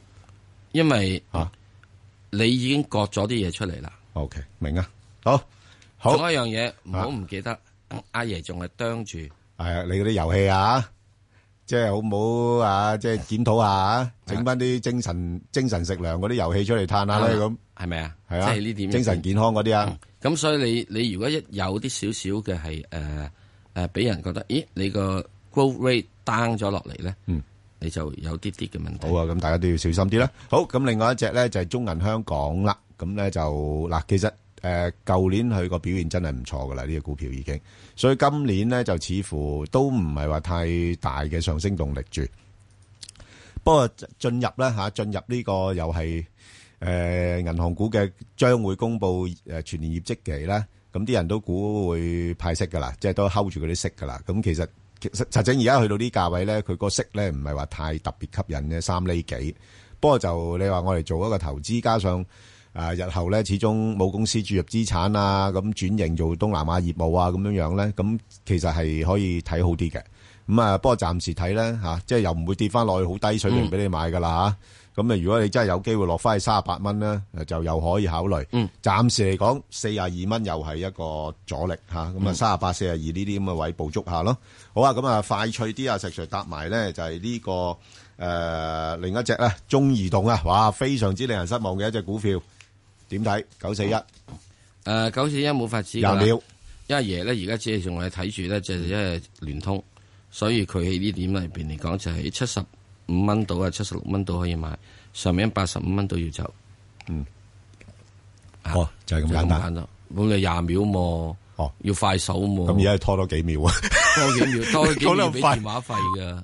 Speaker 2: 因為你已經割咗啲嘢出嚟啦。
Speaker 1: OK，明啊。好，好。
Speaker 2: 仲有一樣嘢，唔好唔記得，阿爺仲係啄住。
Speaker 1: 系啊，你嗰啲遊戲啊，即係好唔好啊？即係檢討下啊，整翻啲精神精神食糧嗰啲遊戲出嚟嘆下咧，咁
Speaker 2: 係咪啊？
Speaker 1: 係啊，
Speaker 2: 即係呢點
Speaker 1: 精神健康嗰啲啊。
Speaker 2: 咁所以你你如果一有啲少少嘅係誒誒，俾人覺得，咦，你個 growth rate down 咗落嚟咧，
Speaker 1: 嗯，
Speaker 2: 你就有啲啲嘅問題。
Speaker 1: 好啊，咁大家都要小心啲啦。好，咁另外一隻咧就係中銀香港啦。咁咧就嗱，其實誒舊年佢個表現真係唔錯噶啦，呢、個股票已經。所以今年咧就似乎都唔係話太大嘅上升動力住。不過進入咧嚇，進入呢個又係誒銀行股嘅將會公布誒全年業績期咧，咁啲人都估會派息噶啦，即係都 hold 住嗰啲息噶啦。咁其實其實實證而家去到呢價位咧，佢個息咧唔係話太特別吸引嘅，三厘幾。不過就你話我哋做一個投資，加上啊，日後咧始終冇公司注入資產啊，咁轉型做東南亞業務啊，咁樣樣咧，咁其實係可以睇好啲嘅。咁啊，不過暫時睇咧嚇，即係又唔會跌翻落去好低水平俾你買噶啦嚇。咁啊，如果你真係有機會落翻去三十八蚊咧，就又可以考慮。
Speaker 2: 嗯，
Speaker 1: 暫時嚟講，四廿二蚊又係一個阻力嚇。咁啊，三十八、四廿二呢啲咁嘅位捕捉下咯。好啊，咁啊，快脆啲啊，石 Sir 搭埋咧就係呢、個誒、呃另一隻咧中移動啊，哇，非常之令人失望嘅一隻股票。點睇？九四一
Speaker 2: 誒呃九四一冇法子㗎啦
Speaker 1: 廿秒，嗯
Speaker 2: 因為爺咧而家只係仲係睇住咧，就係因為聯通，所以佢喺呢點裏邊嚟講就係七十五蚊到啊，七十六蚊到可以買，上面八十五蚊到要走。
Speaker 1: 嗯，哦，就係咁簡單
Speaker 2: 咯。咁你廿秒喎，
Speaker 1: 哦，
Speaker 2: 要快手喎。
Speaker 1: 咁而家係拖多幾秒啊，
Speaker 2: 多幾秒，多 幾
Speaker 1: 講得
Speaker 2: 秒
Speaker 1: 咁
Speaker 2: 俾
Speaker 1: 快
Speaker 2: 電話費㗎。